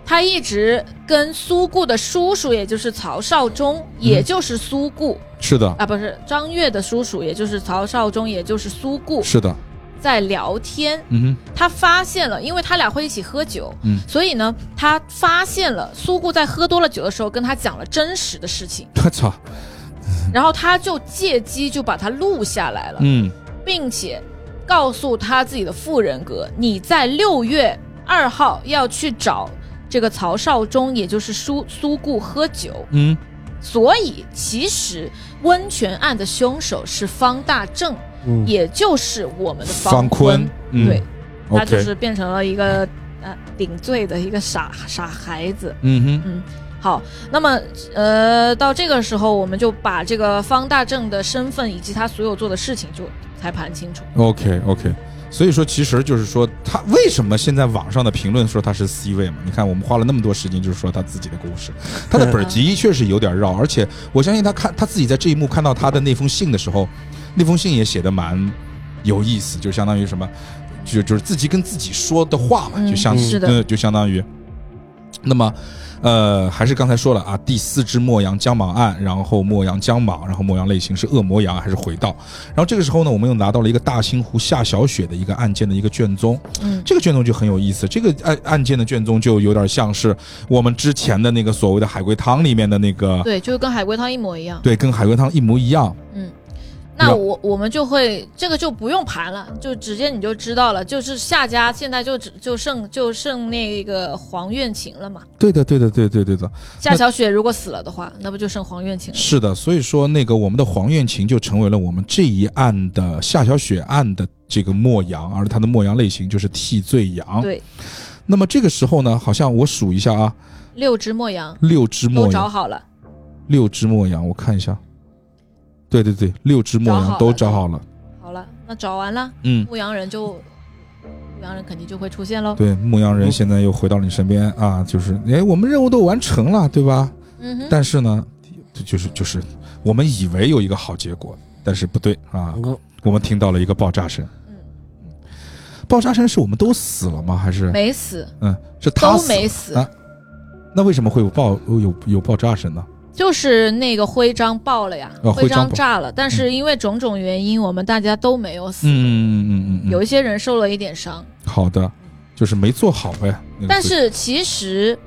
他一直跟苏顾的叔叔，也就是曹少忠，也就是苏顾、
是的
啊，不是张悦的叔叔，也就是曹少忠，也就是苏顾
是的，
在聊天。
嗯
他发现了，因为他俩会一起喝酒，
嗯
所以呢，他发现了苏顾在喝多了酒的时候跟他讲了真实的事情，
哼，我操，
然后他就借机就把他录下来了，
嗯
并且告诉他自己的副人格，你在六月二号要去找这个曹少忠，也就是苏苏顾喝酒，
嗯，
所以其实温泉案的凶手是方大正，
嗯
也就是我们的
方
呃坤，
坤，嗯
对。他就
OK
是变成了一个呃顶罪的一个傻傻孩子。
嗯哼。
好，那么呃，到这个时候，我们就把这个方大正的身份以及他所有做的事情就才盘清楚。
OK OK，所以说，其实就是说，他为什么现在网上的评论说他是 C 位嘛？你看，我们花了那么多时间，就是说他自己的故事，他的本儿集确实有点绕，而且我相信他看他自己在这一幕看到他的那封信的时候，那封信也写的蛮有意思，就相当于什么，就就是自己跟自己说的话嘛，
嗯
就相
是的
呃就相当于，那么。呃，还是刚才说了啊，第四只墨羊江蟒案，然后墨羊江蟒，然后墨羊类型是恶魔羊还是回道？然后这个时候呢，我们又拿到了一个大兴湖夏小雪的一个案件的一个卷宗，
嗯
这个卷宗就很有意思。这个案案件的卷宗就有点像是我们之前的那个所谓的海龟汤里面的那个，
对，就是跟海龟汤一模一样。
对，跟海龟汤一模一样。
嗯，
那
那我我们就会这个就不用盘了，就直接你就知道了，就是夏家现在就只就剩就剩那个黄苑琴了嘛。
对的，对的，对对对的，
夏小雪如果死了的话，那不就剩黄苑琴了？
是的。所以说，那个我们的黄苑琴就成为了我们这一案的夏小雪案的这个墨羊，而它的墨羊类型就是替罪羊。
对，
那么这个时候呢，好像我数一下啊，
六只墨羊
六只墨
都找
羊，
好了，
六只墨羊，我看一下。对对对，六只墨
找
羊
好
都
了
找好了。
好了，那找完了，
嗯，
牧羊人就牧羊人肯定就会出现喽。
对，牧羊人
嗯
现在又回到你身边啊，就是哎，我们任务都完成了，对吧？
嗯哼，
但是呢，就就是就是，我们以为有一个好结果，但是不对啊，
嗯
我们听到了一个爆炸声。
嗯
爆炸声是我们都死了吗？还是
没死，
嗯，是他
都
死了？
没死，
啊那为什么会有爆有有爆炸声呢？
就是那个徽章爆了呀，
啊徽
徽
章
章
爆嗯
炸了，但是因为种种原因，我们大家都没有死，
嗯嗯嗯嗯
有
嗯，
一些人受了一点伤，
好的，就是没做好呗。那个
但
事
是其实。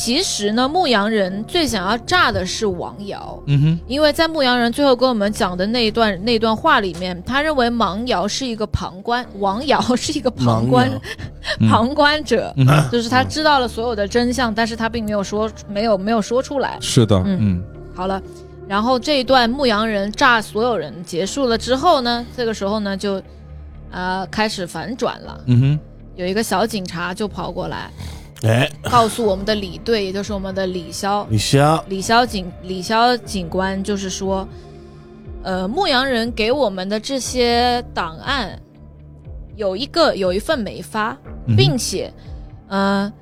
其实呢，牧羊人最想要炸的是王瑶，
嗯哼，
因为在牧羊人最后跟我们讲的那一段那段话里面，他认为盲瑶是一个旁观， 王瑶是一个旁
盲
观
羊，
嗯
旁观者，
嗯哼
就是他知道了所有的真相，但是他并没有说没有没有说出来。
是的，嗯
嗯好了，然后这一段牧羊人炸所有人结束了之后呢，这个时候呢就，呃，开始反转了。
嗯哼，
有一个小警察就跑过来，
哎，
告诉我们的李队，也就是我们的李潇，
李潇，
李潇警李潇警官就是说，呃，牧羊人给我们的这些档案，有一个有一份没发，
嗯哼
并且，呃，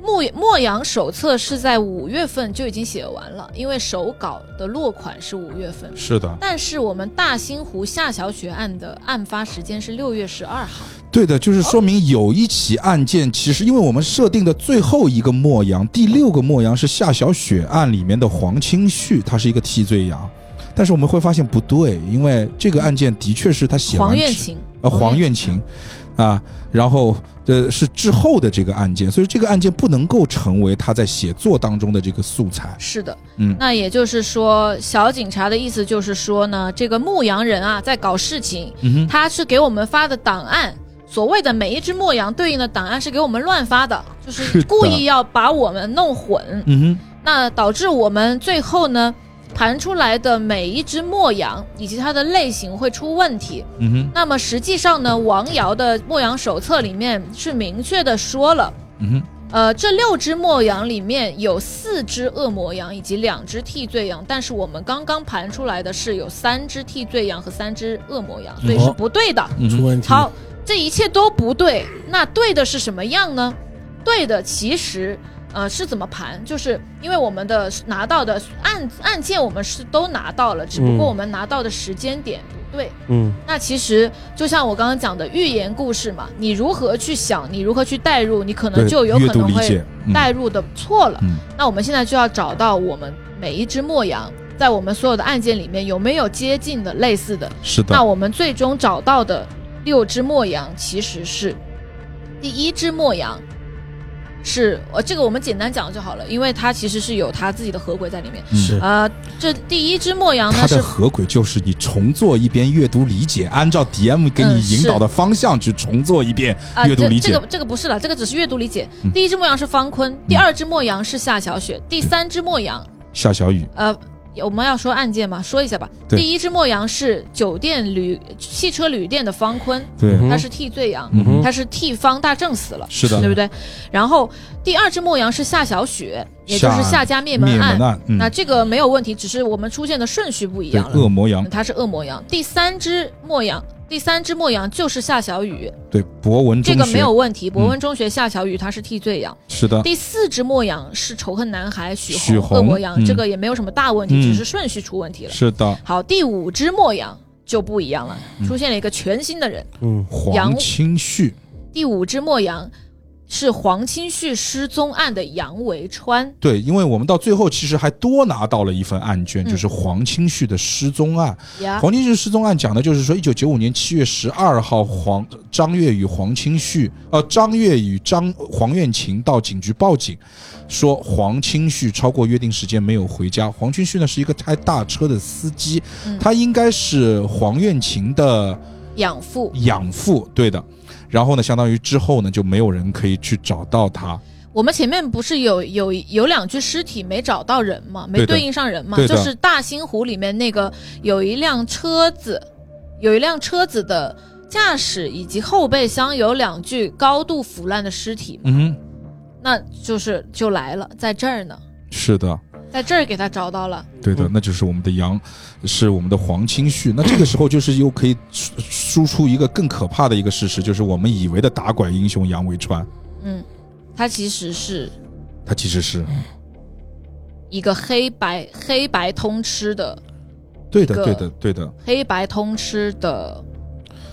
牧牧羊手册是在五月份就已经写完了，因为手稿的落款是五月份。
是的，
但是我们大兴湖夏小雪案的案发时间是六月十二号，
对的，就是说明有一起案件，其实因为我们设定的最后一个墨羊，第六个墨羊是夏小雪案里面的黄清旭，他是一个替罪羊。但是我们会发现不对，因为这个案件的确是他写完
黄
之
苑琴，
呃黄苑琴啊，然后呃是之后的这个案件，所以这个案件不能够成为他在写作当中的这个素材。
是的，
嗯
那也就是说，小警察的意思就是说呢，这个牧羊人啊，在搞事情，
嗯哼，
他是给我们发的档案，所谓的每一只牧羊对应的档案是给我们乱发的，就是是
的
故意要把我们弄混，
嗯
那导致我们最后呢，盘出来的每一只牧羊以及它的类型会出问题。
哼，嗯哼，
那么实际上呢，王瑶的牧羊手册里面是明确的说了。
嗯哼，
呃，这六只墨羊里面有四只恶魔羊以及两只替罪羊，但是我们刚刚盘出来的是有三只替罪羊和三只恶魔羊，所以是不对的。
嗯
出
哼，
问题，
好，这一切都不对，那对的是什么样呢？对的，其实呃是怎么盘，就是因为我们的拿到的案案件我们是都拿到了，只不过
嗯
我们拿到的时间点不对。
嗯，
那其实就像我刚刚讲的寓言故事嘛，你如何去想，你如何去代入，你可能
对，
就有
阅
可
读
能
理
会
解，嗯
代入的错了。
嗯
那我们现在就要找到我们每一只墨羊在我们所有的案件里面有没有接近的、类似的。
是
那
的，
我们最终找到的六只墨羊其实是第一只墨羊。是，呃，这个我们简单讲就好了，因为它其实是有它自己的合规在里面。
嗯
是
呃，这第一只墨羊
它
呢是
的合轨就是你重做一遍阅读理解，按照 DM 给你
嗯
引
是
导的方向去重做一遍
啊，
阅读
这
理
这
解
个。这个不是了，这个只是阅读理解。
嗯
第一只墨羊是方坤，第二只墨羊是夏小雪，第三只墨羊，
夏小雨，
呃，我们要说案件吗？说一下吧。
对
第一只墨羊是酒店旅汽车旅店的方坤，
对，
嗯
他是替罪羊，
嗯哼，
他是替方大正死了，
是
对
的，
不对？然后第二只墨羊是夏小雪，也就是夏家灭门
灭
案。
门案，
那
嗯，
这个没有问题，只是我们出现的顺序不一
对，
样了。嗯
恶魔羊，
它是恶魔羊。第三只墨羊，第三只墨羊就是夏小雨，
对，博文中
这
学嗯
个没有问题。博文中学夏小雨他是替罪羊。
是的，
第四只墨羊是仇恨男孩许
啊许
红恶
红
魔羊，
嗯
这个也没有什么大问题，
嗯
只是顺序出问题了。
是的，
好，第五只墨羊就不一样了，
嗯
出现了一个全新的人。
嗯，
黄
杨
清旭
第五只墨羊是黄清旭失踪案的杨维川，
对，因为我们到最后其实还多拿到了一份案卷，
嗯
就是黄清旭的失踪案。
呀
黄清旭失踪案讲的就是说，一九九五年七月十二号，黄张悦与黄清旭，呃，张悦与张黄苑琴到警局报警，说黄清旭超过约定时间没有回家。黄清旭呢是一个开大车的司机，
嗯
他应该是黄苑琴的
养父。
养父，对的。然后呢，相当于之后呢就没有人可以去找到他，
我们前面不是有有有两具尸体没找到人嘛，没
对的
对应上人嘛，
对的
就是大兴湖里面那个有一辆车子，有一辆车子的驾驶以及后备箱有两具高度腐烂的尸体，
嗯，
那就是就来了，在这儿呢，
是的。
在这儿给他找到了。
对的，那就是我们的羊，是我们的黄清旭。那这个时候就是又可以输输出一个更可怕的一个事实，就是我们以为的打拐英雄杨维川，
嗯，他其实是
他其实是
嗯一个黑白黑白通吃的
对的，
个
对的，对的，
黑白通吃的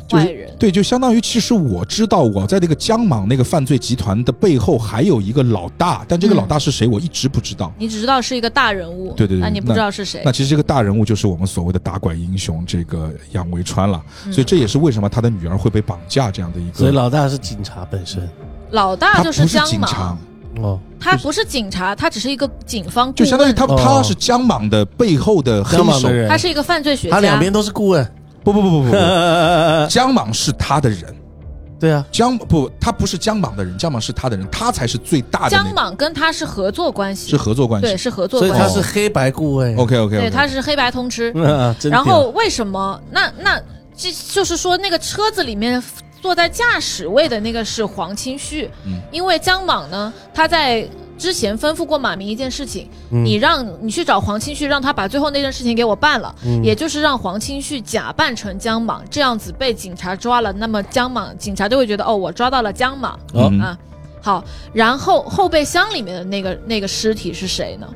就
坏
是
人。
对，就相当于其实我知道我在那个江莽那个犯罪集团的背后还有一个老大，但这个
嗯
老大是谁我一直不知道。
你只知道是一个大人物，
对对对
但你不
那
知道是谁
那。其实这个大人物就是我们所谓的打拐英雄这个杨维川了，
嗯
所以这也是为什么他的女儿会被绑架这样的一
所以
个。
老大是警察本身
老大
他
就
不是
江
警察
莽，，
哦，
他不是警察，他只是一个警方顾
就相当于
问，
他
顾问
他是江莽的背后的黑
香港
手
哦的，人，
他是一个犯罪学
他
家。
两边都是顾问，
不不不不不不， 江莽是他的人，
对啊，
江不他不是江莽的人，江莽是他的人，他才是最大的、那个，
江莽跟他是合作关系，
是合作关
对，
系。
是合作
所以
关
他
系，
是黑白顾问，
OK OK，
对，他是黑白通吃。
嗯，哦真
然
屌
后为什么？那那这就是说，那个车子里面坐在驾驶位的那个是黄清旭，
嗯
因为江莽呢，他在之前吩咐过马明一件事情，
嗯
你让你去找黄清旭，让他把最后那件事情给我办了，
嗯
也就是让黄清旭假扮成江莽，这样子被警察抓了，那么江莽警察就会觉得哦，我抓到了江莽、
哦
嗯
啊。好，然后后备箱里面的那个那个尸体是谁呢？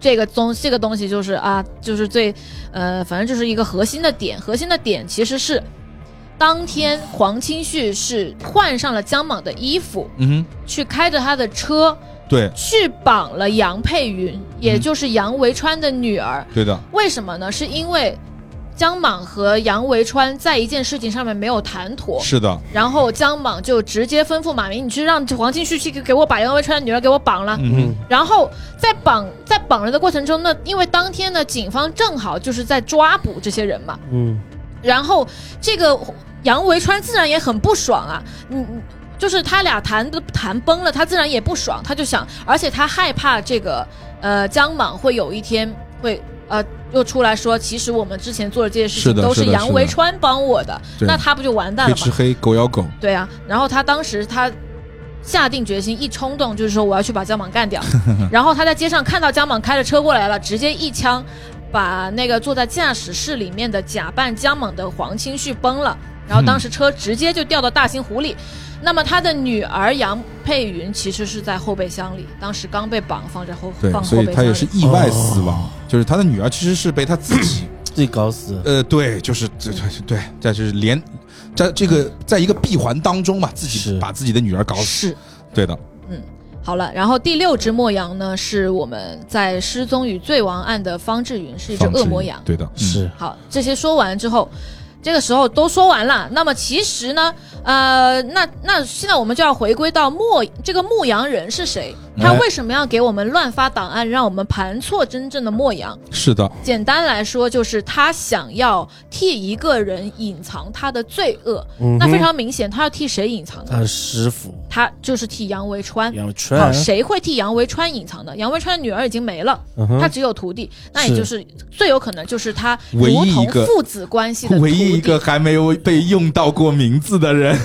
这个东这个东西就是啊，就是最呃，反正就是一个核心的点。核心的点其实是当天黄清旭是换上了江莽的衣服，
嗯
去开着他的车
哼，对
去绑了杨佩云，也就是杨维川的女儿。
对的，
为什么呢？是因为江莽和杨维川在一件事情上面没有谈妥，
是的，
然后江莽就直接吩咐马明，你去让黄清旭去给我把杨维川的女儿给我绑了。
嗯
然后在绑在绑人的过程中呢，因为当天呢，警方正好就是在抓捕这些人嘛，
嗯，
然后这个杨维川自然也很不爽啊，嗯。嗯就是他俩谈都谈崩了，他自然也不爽，他就想，而且他害怕这个呃江莽会有一天会呃又出来说，其实我们之前做的这些事
是
情
的
都
是的
杨
是
维
的
川帮我的，
对
那他不就完蛋
黑
了吗
吃？黑，狗咬狗，
对啊，然后他当时他下定决心，一冲动就是说我要去把江莽 干掉。然后他在街上看到江莽开着车过来了，直接一枪把那个坐在驾驶室里面的假扮江莽的黄清旭崩了。然后当时车直接就掉到大兴湖里。那么他的女儿杨佩云其实是在后备箱里，当时刚被绑放在后
对，
放
所
后
以
备
他
箱
也是
里。
意外死亡，
哦
就是他的女儿其实是被他自 己，
自己搞死了，
呃，对，就是对对对，这就是连在这个在一个闭环当中嘛，自己
是
把自己的女儿搞死，
是
对的，
好了，然后第六只墨羊呢，是我们在失踪与罪亡案的方志云，是一只
放置
恶魔羊。
对的，嗯
是
好，这些说完之后，这个时候都说完了。那么其实呢，呃，那那现在我们就要回归到牧这个牧羊人是谁？他
哎
为什么要给我们乱发档案，让我们盘错真正的牧羊？
是的，
简单来说，就是他想要替一个人隐藏他的罪恶。
嗯
那非常明显，他要替谁隐藏
他
呢？
是师傅
他就是替杨维川。嗯
杨
好，
川，
啊谁会替杨维川隐藏的？杨维川的女儿已经没了，
嗯哼
他只有徒弟，那也就是最有可能就是他
唯
如
一一
同
个
父子关系的徒弟。
唯一一个还没有被用到过名字的人，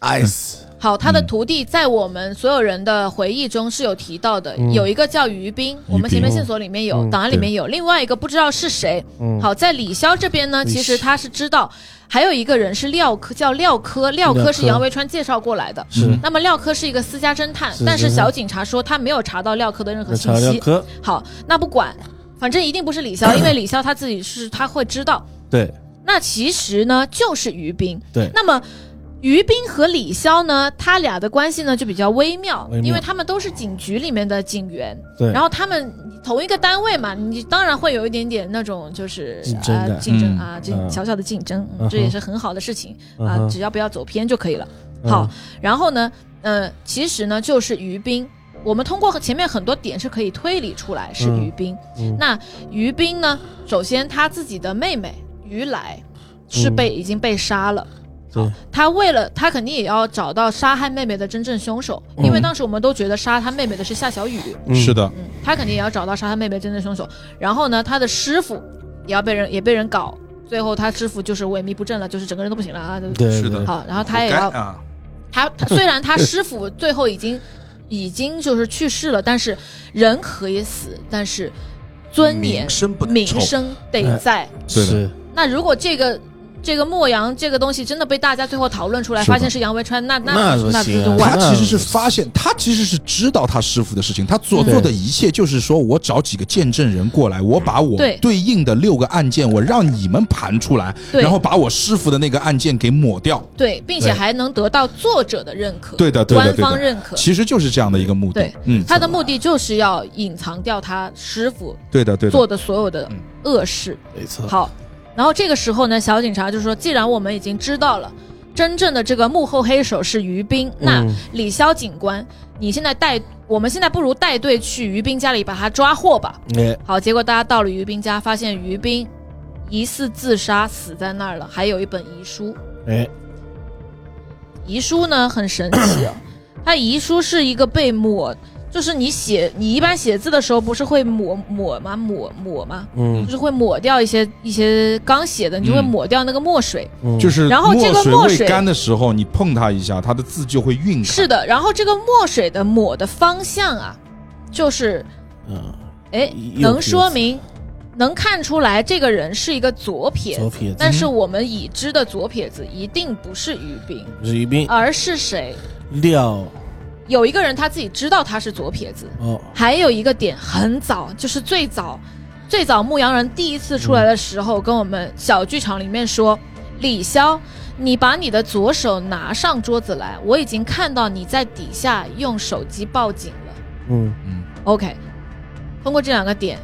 ，ice，
好，他的
嗯
徒弟在我们所有人的回忆中是有提到的，
嗯
有一个叫于斌，我们前面线索里面有，
嗯
档案里面有，另外一个不知道是谁。
嗯，
好，在李潇这边呢，
李潇
其实他是知道，还有一个人是廖科，叫廖科，廖
廖科
科是杨维川介绍过来的。
是
嗯
那么廖科是一个私家侦探，
是
但是
是
小警察说他没有查到廖科的任何
那
信
查料
息。
科
好，那不管，反正一定不是李潇，因为李潇他自己是他会知道。
对
那其实呢，就是于斌。
对
那么于斌和李潇呢，他俩的关系呢就比较微妙，
微妙
因为他们都是警局里面的警员，
对，
然后他们同一个单位嘛，你当然会有一点点那种就是
竞争
啊
感
竞争
嗯
啊，这
嗯
小小的竞争，
嗯
嗯
哼
这也是很好的事情
嗯
啊
哼，嗯
只要不要走偏就可以了。好，然后呢，呃，其实呢就是于斌。我们通过前面很多点是可以推理出来是于斌。
嗯嗯
那于斌呢，首先他自己的妹妹于来是被、已经被杀了。
嗯对
好他为了他肯定也要找到杀害妹妹的真正凶手，因为
嗯
当时我们都觉得杀他妹妹的是夏小雨，
嗯
是的，
嗯，他肯定也要找到杀他妹妹真正凶手。然后呢，他的师傅也要被人也被人搞，最后他师傅就是萎靡不振了，就是整个人都不行了啊。就
对
是的
对
好，然后他也
活该
要
啊，
他他虽然他师傅最后已经已经就是去世了，但是人可以死，但是尊严
名声不能
名
臭
声得
嗯
哎
在。
对的
是
那如果这个这个莫阳这个东西真的被大家最后讨论出来，
是的
发现是杨维川，那那
那不
那
行啊
他
就完。
其实是发现，他其实是知道他师傅的事情，他所做的一切就是说我找几个见证人过来，我把我
对
对应的六个案件，我让你们盘出来，
对
然后把我师傅的那个案件给抹掉。
对，并且
对
还能得到作者的认可，
对的，对的，
官
对
方
的，
认可。
其实就是这样的一个目的
对。
嗯，
他的目的就是要隐藏掉他师傅
对的，对的，
做的所
嗯
有的恶事。
没错，
好，然后这个时候呢，小警察就说：“既然我们已经知道了真正的这个幕后黑手是于斌，那
嗯
李潇警官，你现在带我们现在不如带队去于斌家里把他抓获吧。”
哎
好，结果大家到了于斌家，发现于斌疑似自杀死在那儿了，还有一本遗书。
哎
遗书呢很神奇 哦，它遗书是一个被抹，就是你写你一般写字的时候不是会抹抹吗？抹抹吗？
嗯
就是会抹掉一些一些刚写的，你就会
嗯
抹掉那个墨水。
嗯
就是
然后这个墨
墨水
水
未干的时候，你碰它一下，它的字就会晕开。
嗯
是的，然后这个墨水的抹的方向啊，就是
嗯
哎，
右
能
撇
说
子
明，能看出来这个人是一个左撇
左
子。
撇子
但是我们已知的左撇子一定不是于斌，
是于斌
而是谁？
廖
有一个人他自己知道他是左撇子，
哦
还有一个点很早，就是最早，最早牧羊人第一次出来的时候，跟我们小剧场里面说，李潇，你把你的左手拿上桌子来，我已经看到你在底下用手机报警了。
嗯
OK，通过这两个点。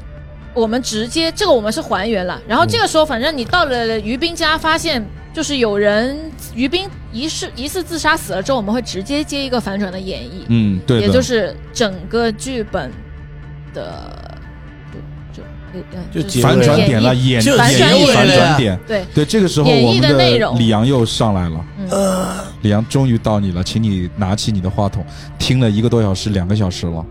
我们直接这个我们是还原了，然后这个时候反正你到了于斌家，发现就是有人于斌疑似疑似自杀死了之后，我们会直接接一个反转的演绎，
嗯，对的，
也就是整个剧本的呃就嗯
就结尾
反转
演
点
绎
了，演
就
演
结尾
绎
了
反转
呀
点。
对，
对，这个时候
演
我
绎
们
的内容
李阳又上来了。
嗯，
李阳终于到你了，请你拿起你的话筒，听了一个多小时、两个小时了。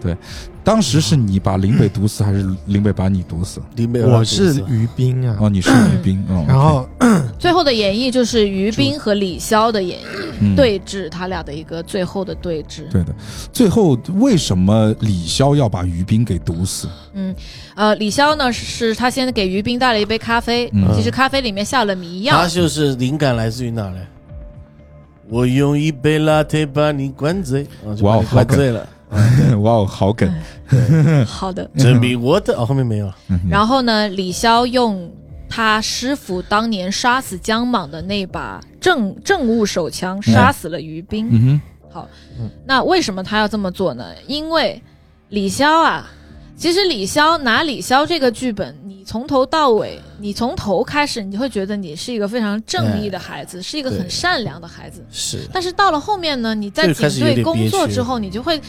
对，当时是你把林北毒死，还是林北把你毒死？
林北
我是于斌啊，
哦，你是于斌，嗯，
然后
最后的演绎就是于斌和李潇的演绎
嗯，
对峙，他俩的一个最后的对峙。
对的。最后为什么李潇要把于斌给毒死？
呃，李潇呢是他先给于斌带了一杯咖啡
嗯，
其实咖啡里面下了迷
他
药，
就是灵感来自于哪嘞？我用一杯 latte 把你灌醉，啊就
哇
把
哦
你灌醉了，
哇哦，好梗！嗯
好的。
证明我的哦后面没有了，
然后呢，李潇用他师傅当年杀死江莽的那把正正物手枪杀死了于斌。
嗯
好，那为什么他要这么做呢？因为李潇啊，其实李潇拿李潇这个剧本，你从头到尾，你从头开始，你就会觉得你是一个非常正
哎
义的孩子，是一个很
对
善良的孩子。
是
但是到了后面呢，你在
这
警
个开始有
队
点
工
憋
作
屈
之后，你就会，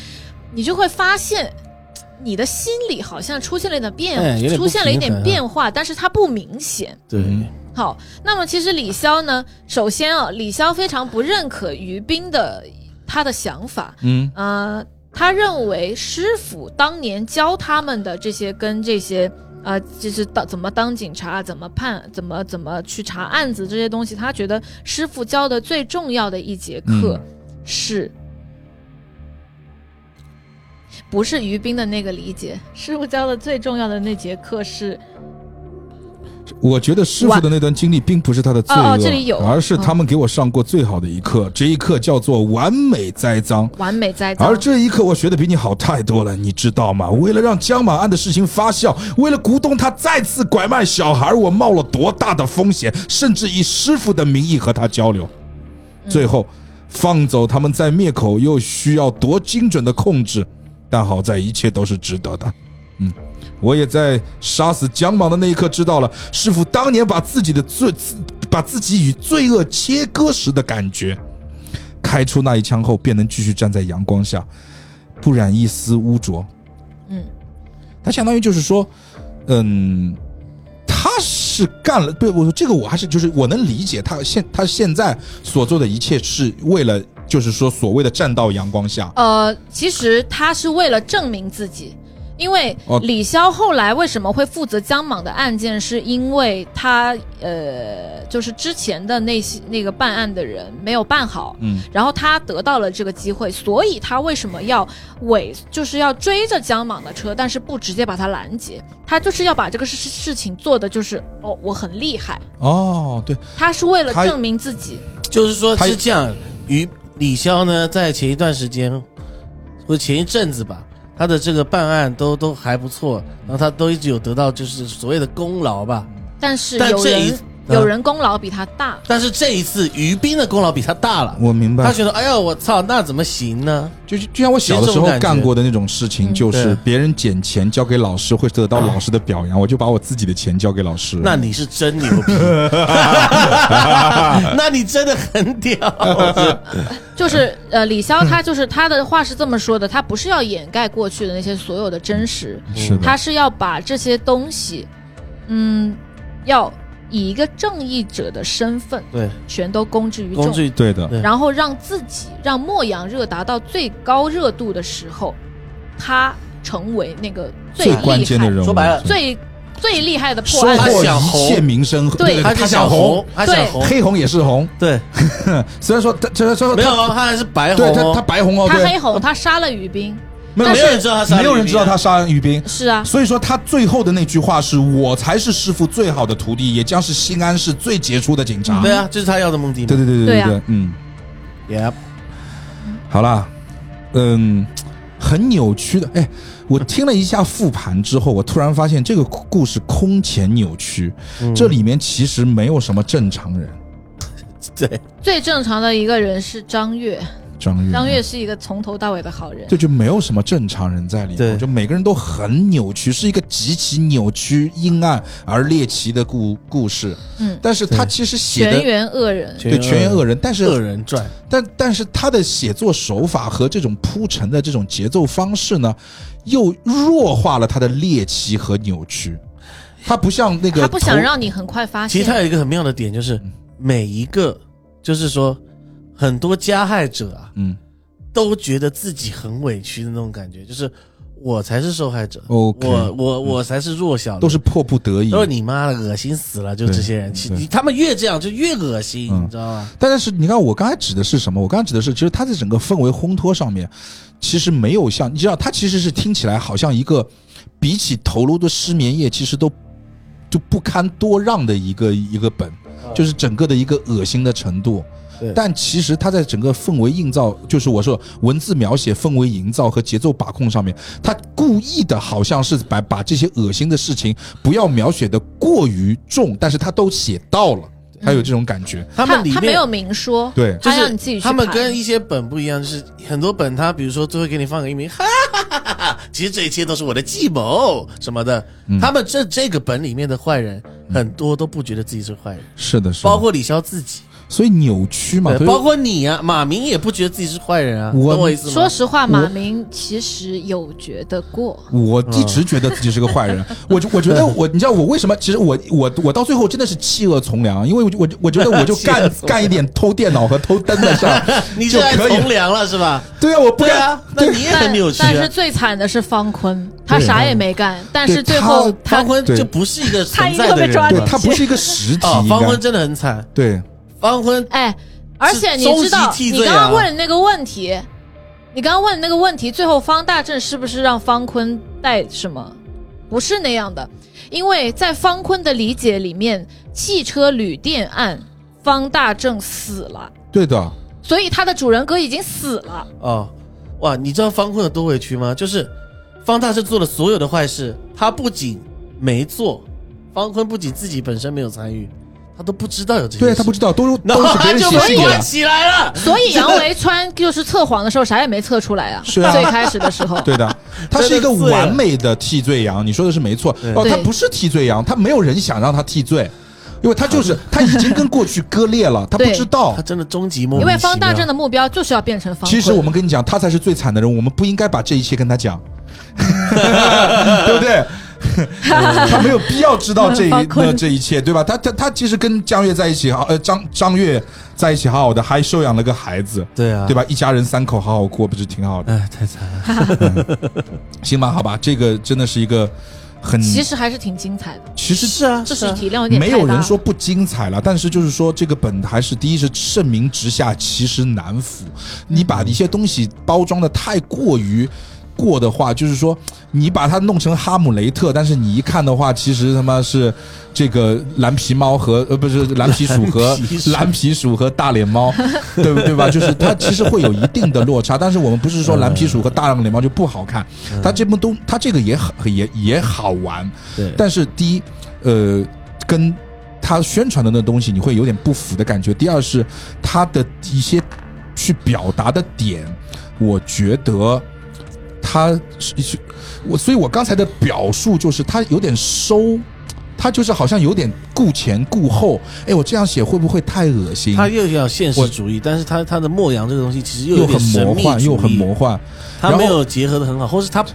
你就会发现。你的心里好像出现了一点变，
哎有点不
出现了一点
平衡啊
变化，但是它不明显。
对，
好，那么其实李潇呢，首先啊，李潇非常不认可于斌的他的想法，
嗯
呃，他认为师傅当年教他们的这些跟这些。啊、就是当怎么当警察，啊怎么判，怎么怎么去查案子这些东西，他觉得师傅教的最重要的一节课、
嗯
是，不是于斌的那个理解。师傅教的最重要的那节课是，
我觉得师傅的那段经历并不是他的罪恶，
哦哦这里有
而是他们给我上过最好的一课，这一课叫做完美栽赃。
完美栽赃
而。这一课我学的比你好太多了，你知道吗？为了让江马案的事情发酵，为了鼓动他再次拐卖小孩，我冒了多大的风险，甚至以师傅的名义和他交流。最后，放走他们在灭口又需要多精准的控制，但好在一切都是值得的。嗯，我也在杀死江莽的那一刻知道了师傅当年把自己的罪，自把自己与罪恶切割时的感觉。开出那一枪后，便能继续站在阳光下，不染一丝污浊。
嗯，
他相当于就是说，嗯，他是干了，对我说这个我还是就是我能理解他现他现在所做的一切是为了就是说所谓的站到阳光下，
呃，其实他是为了证明自己，因为
哦
李潇后来为什么会负责江莽的案件，是因为他呃，就是之前的那些那个办案的人没有办好，
嗯，
然后他得到了这个机会，所以他为什么要尾，就是要追着江莽的车，但是不直接把他拦截，他就是要把这个事事情做的就是哦，我很厉害，
哦，对，
他是为了
他
证明自己，
就是说
他
是这样，于李潇呢，在前一段时间，或前一阵子吧，他的这个办案都都还不错，然后他都一直有得到就是所谓的功劳吧。
但是
但
有
这一
人、有
呃
人功劳比他大，
但是这一次于斌的功劳比他大了，
我明
他
白，
觉得哎呦我操，那怎么行呢？
就就像我小的时候
其实这种感觉
干过的那种事情，
嗯
就是
对
别人捡钱交给老师会得到老师的表扬，我就把我自己的钱交给老师。
那你是真牛 逼，那你真的很 屌。
就是呃，李潇他就是他的话是这么说的，他不是要掩盖过去的那些所有的真实，
是的，
他是要把这些东西，嗯，要以一个正义者的身份
对，
全都公之于众
工，具
对的，
对
然后让自己让莫阳热达到最高热度的时候，他成为那个最
最
厉害、
关键的人物，
说白了
最最厉害的
收
破案
他
者
获
想
一
红
切名声，
对
对
他
他
就想红，他想
对
红，
黑红也是红。
对，
虽然说他，虽然说
没有
他，
哦，他还是白红
对他他
哦，
白红哦，
他
对，
黑红，他杀了于斌，
没有
但
没
是
有人知道他杀
没有人知道他
于
杀人于斌。
是啊，
所以说他最后的那句话是：“我才是师傅最好的徒弟，也将是新安市最杰出的警察。
斌啊对啊，这是他要的目的嘛。
对对对对
对
对
啊
对，嗯，
Yep
好啦，嗯，很扭曲的。哎，我听了一下复盘之后，我突然发现这个故事空前扭曲，这里面其实没有什么正常人。
对，
最正常的一个人是张悦，
张悦，
张悦是一个从头到尾的好人。
这就没有什么正常人在里面，
对
就每个人都很扭曲，是一个极其扭曲、阴暗而猎奇的故故事。
嗯
但是他
对
其实写
全
的
员恶人，
对全员恶
人，
人，但
恶
是
人传，
但但是他的写作手法和这种铺陈的这种节奏方式呢，又弱化了他的猎奇和扭曲。他不像那个
他不想
头
让你很快发
其
现。
实它有一个很妙的点，就是
嗯
每一个，就是说很多加害者啊，
嗯
都觉得自己很委屈的那种感觉，就是我才是受害者，
OK
我我我才是弱小的，
都是迫不得已
都，是你妈的，恶心死了！就
对
这些人，其
对
你他们越这样就越恶心，
嗯
你知道吗？
但是你看，我刚才指的是什么？我刚才指的是，其实它在整个氛围烘托上面，其实没有像你知道，它其实是听起来好像一个比起头颅的失眠夜，其实都就不堪多让的一个一个本，就是整个的一个恶心的程度
啊对。
但其实它在整个氛围营造，就是我说文字描写、氛围营造和节奏把控上面，它故意的好像是把把这些恶心的事情不要描写的过于重，但是它都写到了，它有这种感觉。
他们里
他没
面
有明说，
对，
就
他让你自己
是
去
他们
盘
跟一些本不一样，就是很多本他比如说最后给你放个一名，哈哈哈哈，其实这一切都是我的计谋什么的。他们这这个本里面的坏人很多都不觉得自己是坏人，
是的，是的
包括李潇自己，
所以扭曲嘛，
对
所以
包括你啊，马明也不觉得自己是坏人啊，
我
懂我意思吗？
说实话，马明其实有觉得过，
我一直觉得自己是个坏人，
嗯
我就我觉得我，你知道我为什么？其实我我我到最后真的是弃恶从良，因为我就我就我觉得我就
弃
干
恶从良
干一点偷电脑和偷灯的事儿
，你
就
这还
可以
从。良了是吧？
对啊，我不
对
敢
啊，那你也很
但
扭曲
但是
啊。
最惨的是方坤，他啥也没干，但
对
是最后
他
方坤
对
就不是一个
他
存
一定
在
会
的
被
人哦
抓
对
住
了
他不是一个实体
哦，，
应
方
该
坤真的很惨，
对
方坤
哎，而且你知道
终，极替
你
罪啊
刚刚问的那个问题，你刚刚问的那个问题，最后方大正是不是让方坤带什么？不是那样的，因为在方坤的理解里面，汽车旅店案方大正死了，
对的，
所以他的主人格已经死 了。
哦，哇，你知道方坤有多委屈吗？就是方大是做了所有的坏事，他不仅没做，方坤不仅自己本身没有参与，他都不知道有这些事，
对他不知道，都是
然
都
后
是别
他
人
就
写
被
信
关
的，
起来了。
所以杨维川就是测谎的时候啥也没测出来啊，
是啊
最开始的时 候，
对的，他是一个
真的醉了
完美的替罪羊，你说的是没错
对。
哦，
对
他不是替罪羊，他没有人想让他替罪，因为他就是他已经跟过去割裂了，他不
对
知道
他。真的终极莫
因
名
为
其妙
方大正的目标就是要变成方
其
坤。
实我们跟你讲，他才是最惨的人，我们不应该把这一切跟他讲， 对不 对？他没有必要知道这一
方坤
那这一切，对吧？他他他其实跟江月在一起，好呃张张月在一起好好的，还收养了个孩子，
对啊，
对吧？一家人三口好好过，不是挺好的？
哎，太惨了。
行吧，好吧，这个真的是一个很
其实还是挺精彩的，
其实
是啊，
这
是
是
啊
体量有点
没
太大
有
了
人说不精彩了，但是就是说这个本还是第一是盛名直下，其实难副。你把一些东西包装的太过于过的话，就是说你把它弄成哈姆雷特，但是你一看的话，其实他妈是这个蓝皮猫和呃不是 蓝皮鼠和
蓝皮鼠
蓝皮鼠和大脸猫，对不对吧？就是它其实会有一定的落差，但是我们不是说蓝皮鼠和大脸猫就不好看，
嗯
它这部东它这个也好也也好玩，
对
但是第一，呃，跟他宣传的那东西你会有点不符的感觉。第二是他的一些去表达的点，我觉得他是是我，所以我刚才的表述就是他有点收。他就是好像有点顾前顾后，哎，我这样写会不会太恶心？
他又要现实主义，但是他他的莫阳这个东西其实又有
又
点
很
神
魔
秘
幻，
主义
又很魔幻。
他
然
没
后
有结合的很好，或是他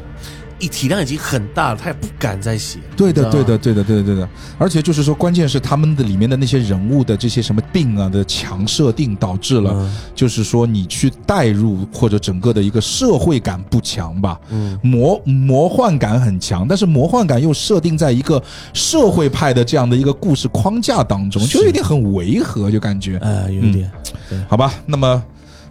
一体量已经很大了，他也不敢再写。
对的，
你知
对
道
的，，
吗
对的，对的，对的。而且就是说，关键是他们的里面的那些人物的这些什么病啊的强设定，导致了、
嗯
就是说你去带入或者整个的一个社会感不强吧，
嗯，
魔魔幻感很强，但是魔幻感又设定在一个社会派的这样的一个故事框架当中，
是
就有点很违和，就感觉。
呃，有一点，
嗯好吧，那么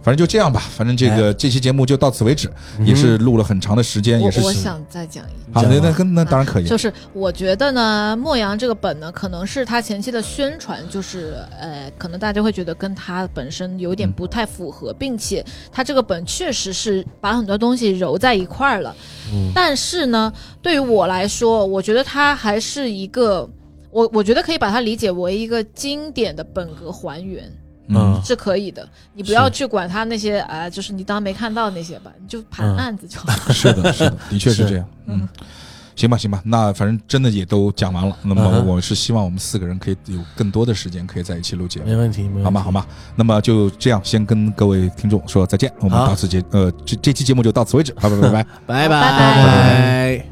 反正就这样吧，反正这个、
哎
这期节目就到此为止，
嗯
也是录了很长的时间，也
我
是
我
喜
想再讲一
好，
讲
那
吧
那跟那当然可以，
就是我觉得呢，莫阳这个本呢，可能是他前期的宣传，就是呃，可能大家会觉得跟他本身有点不太符合，并且他这个本确实是把很多东西揉在一块儿了。
嗯
但是呢，对于我来说，我觉得他还是一个，我我觉得可以把它理解为一个经典的本格还原。
嗯，
是可以的，你不要去管他那些啊、呃就是你当没看到那些吧，你就盘
嗯
案子就好。
是的，是的，的确是
是
这样，嗯。行吧，行吧，那反正真的也都讲完了。那
嗯
么
哼
我是希望我们四个人可以有更多的时间，可以在一起录节目。
没问题，没问题。
好吗？好吗？那么就这样，先跟各位听众说再见，我们
好
到此结，呃，这这期节目就到此为止，拜拜拜拜。
拜
拜
拜
拜
拜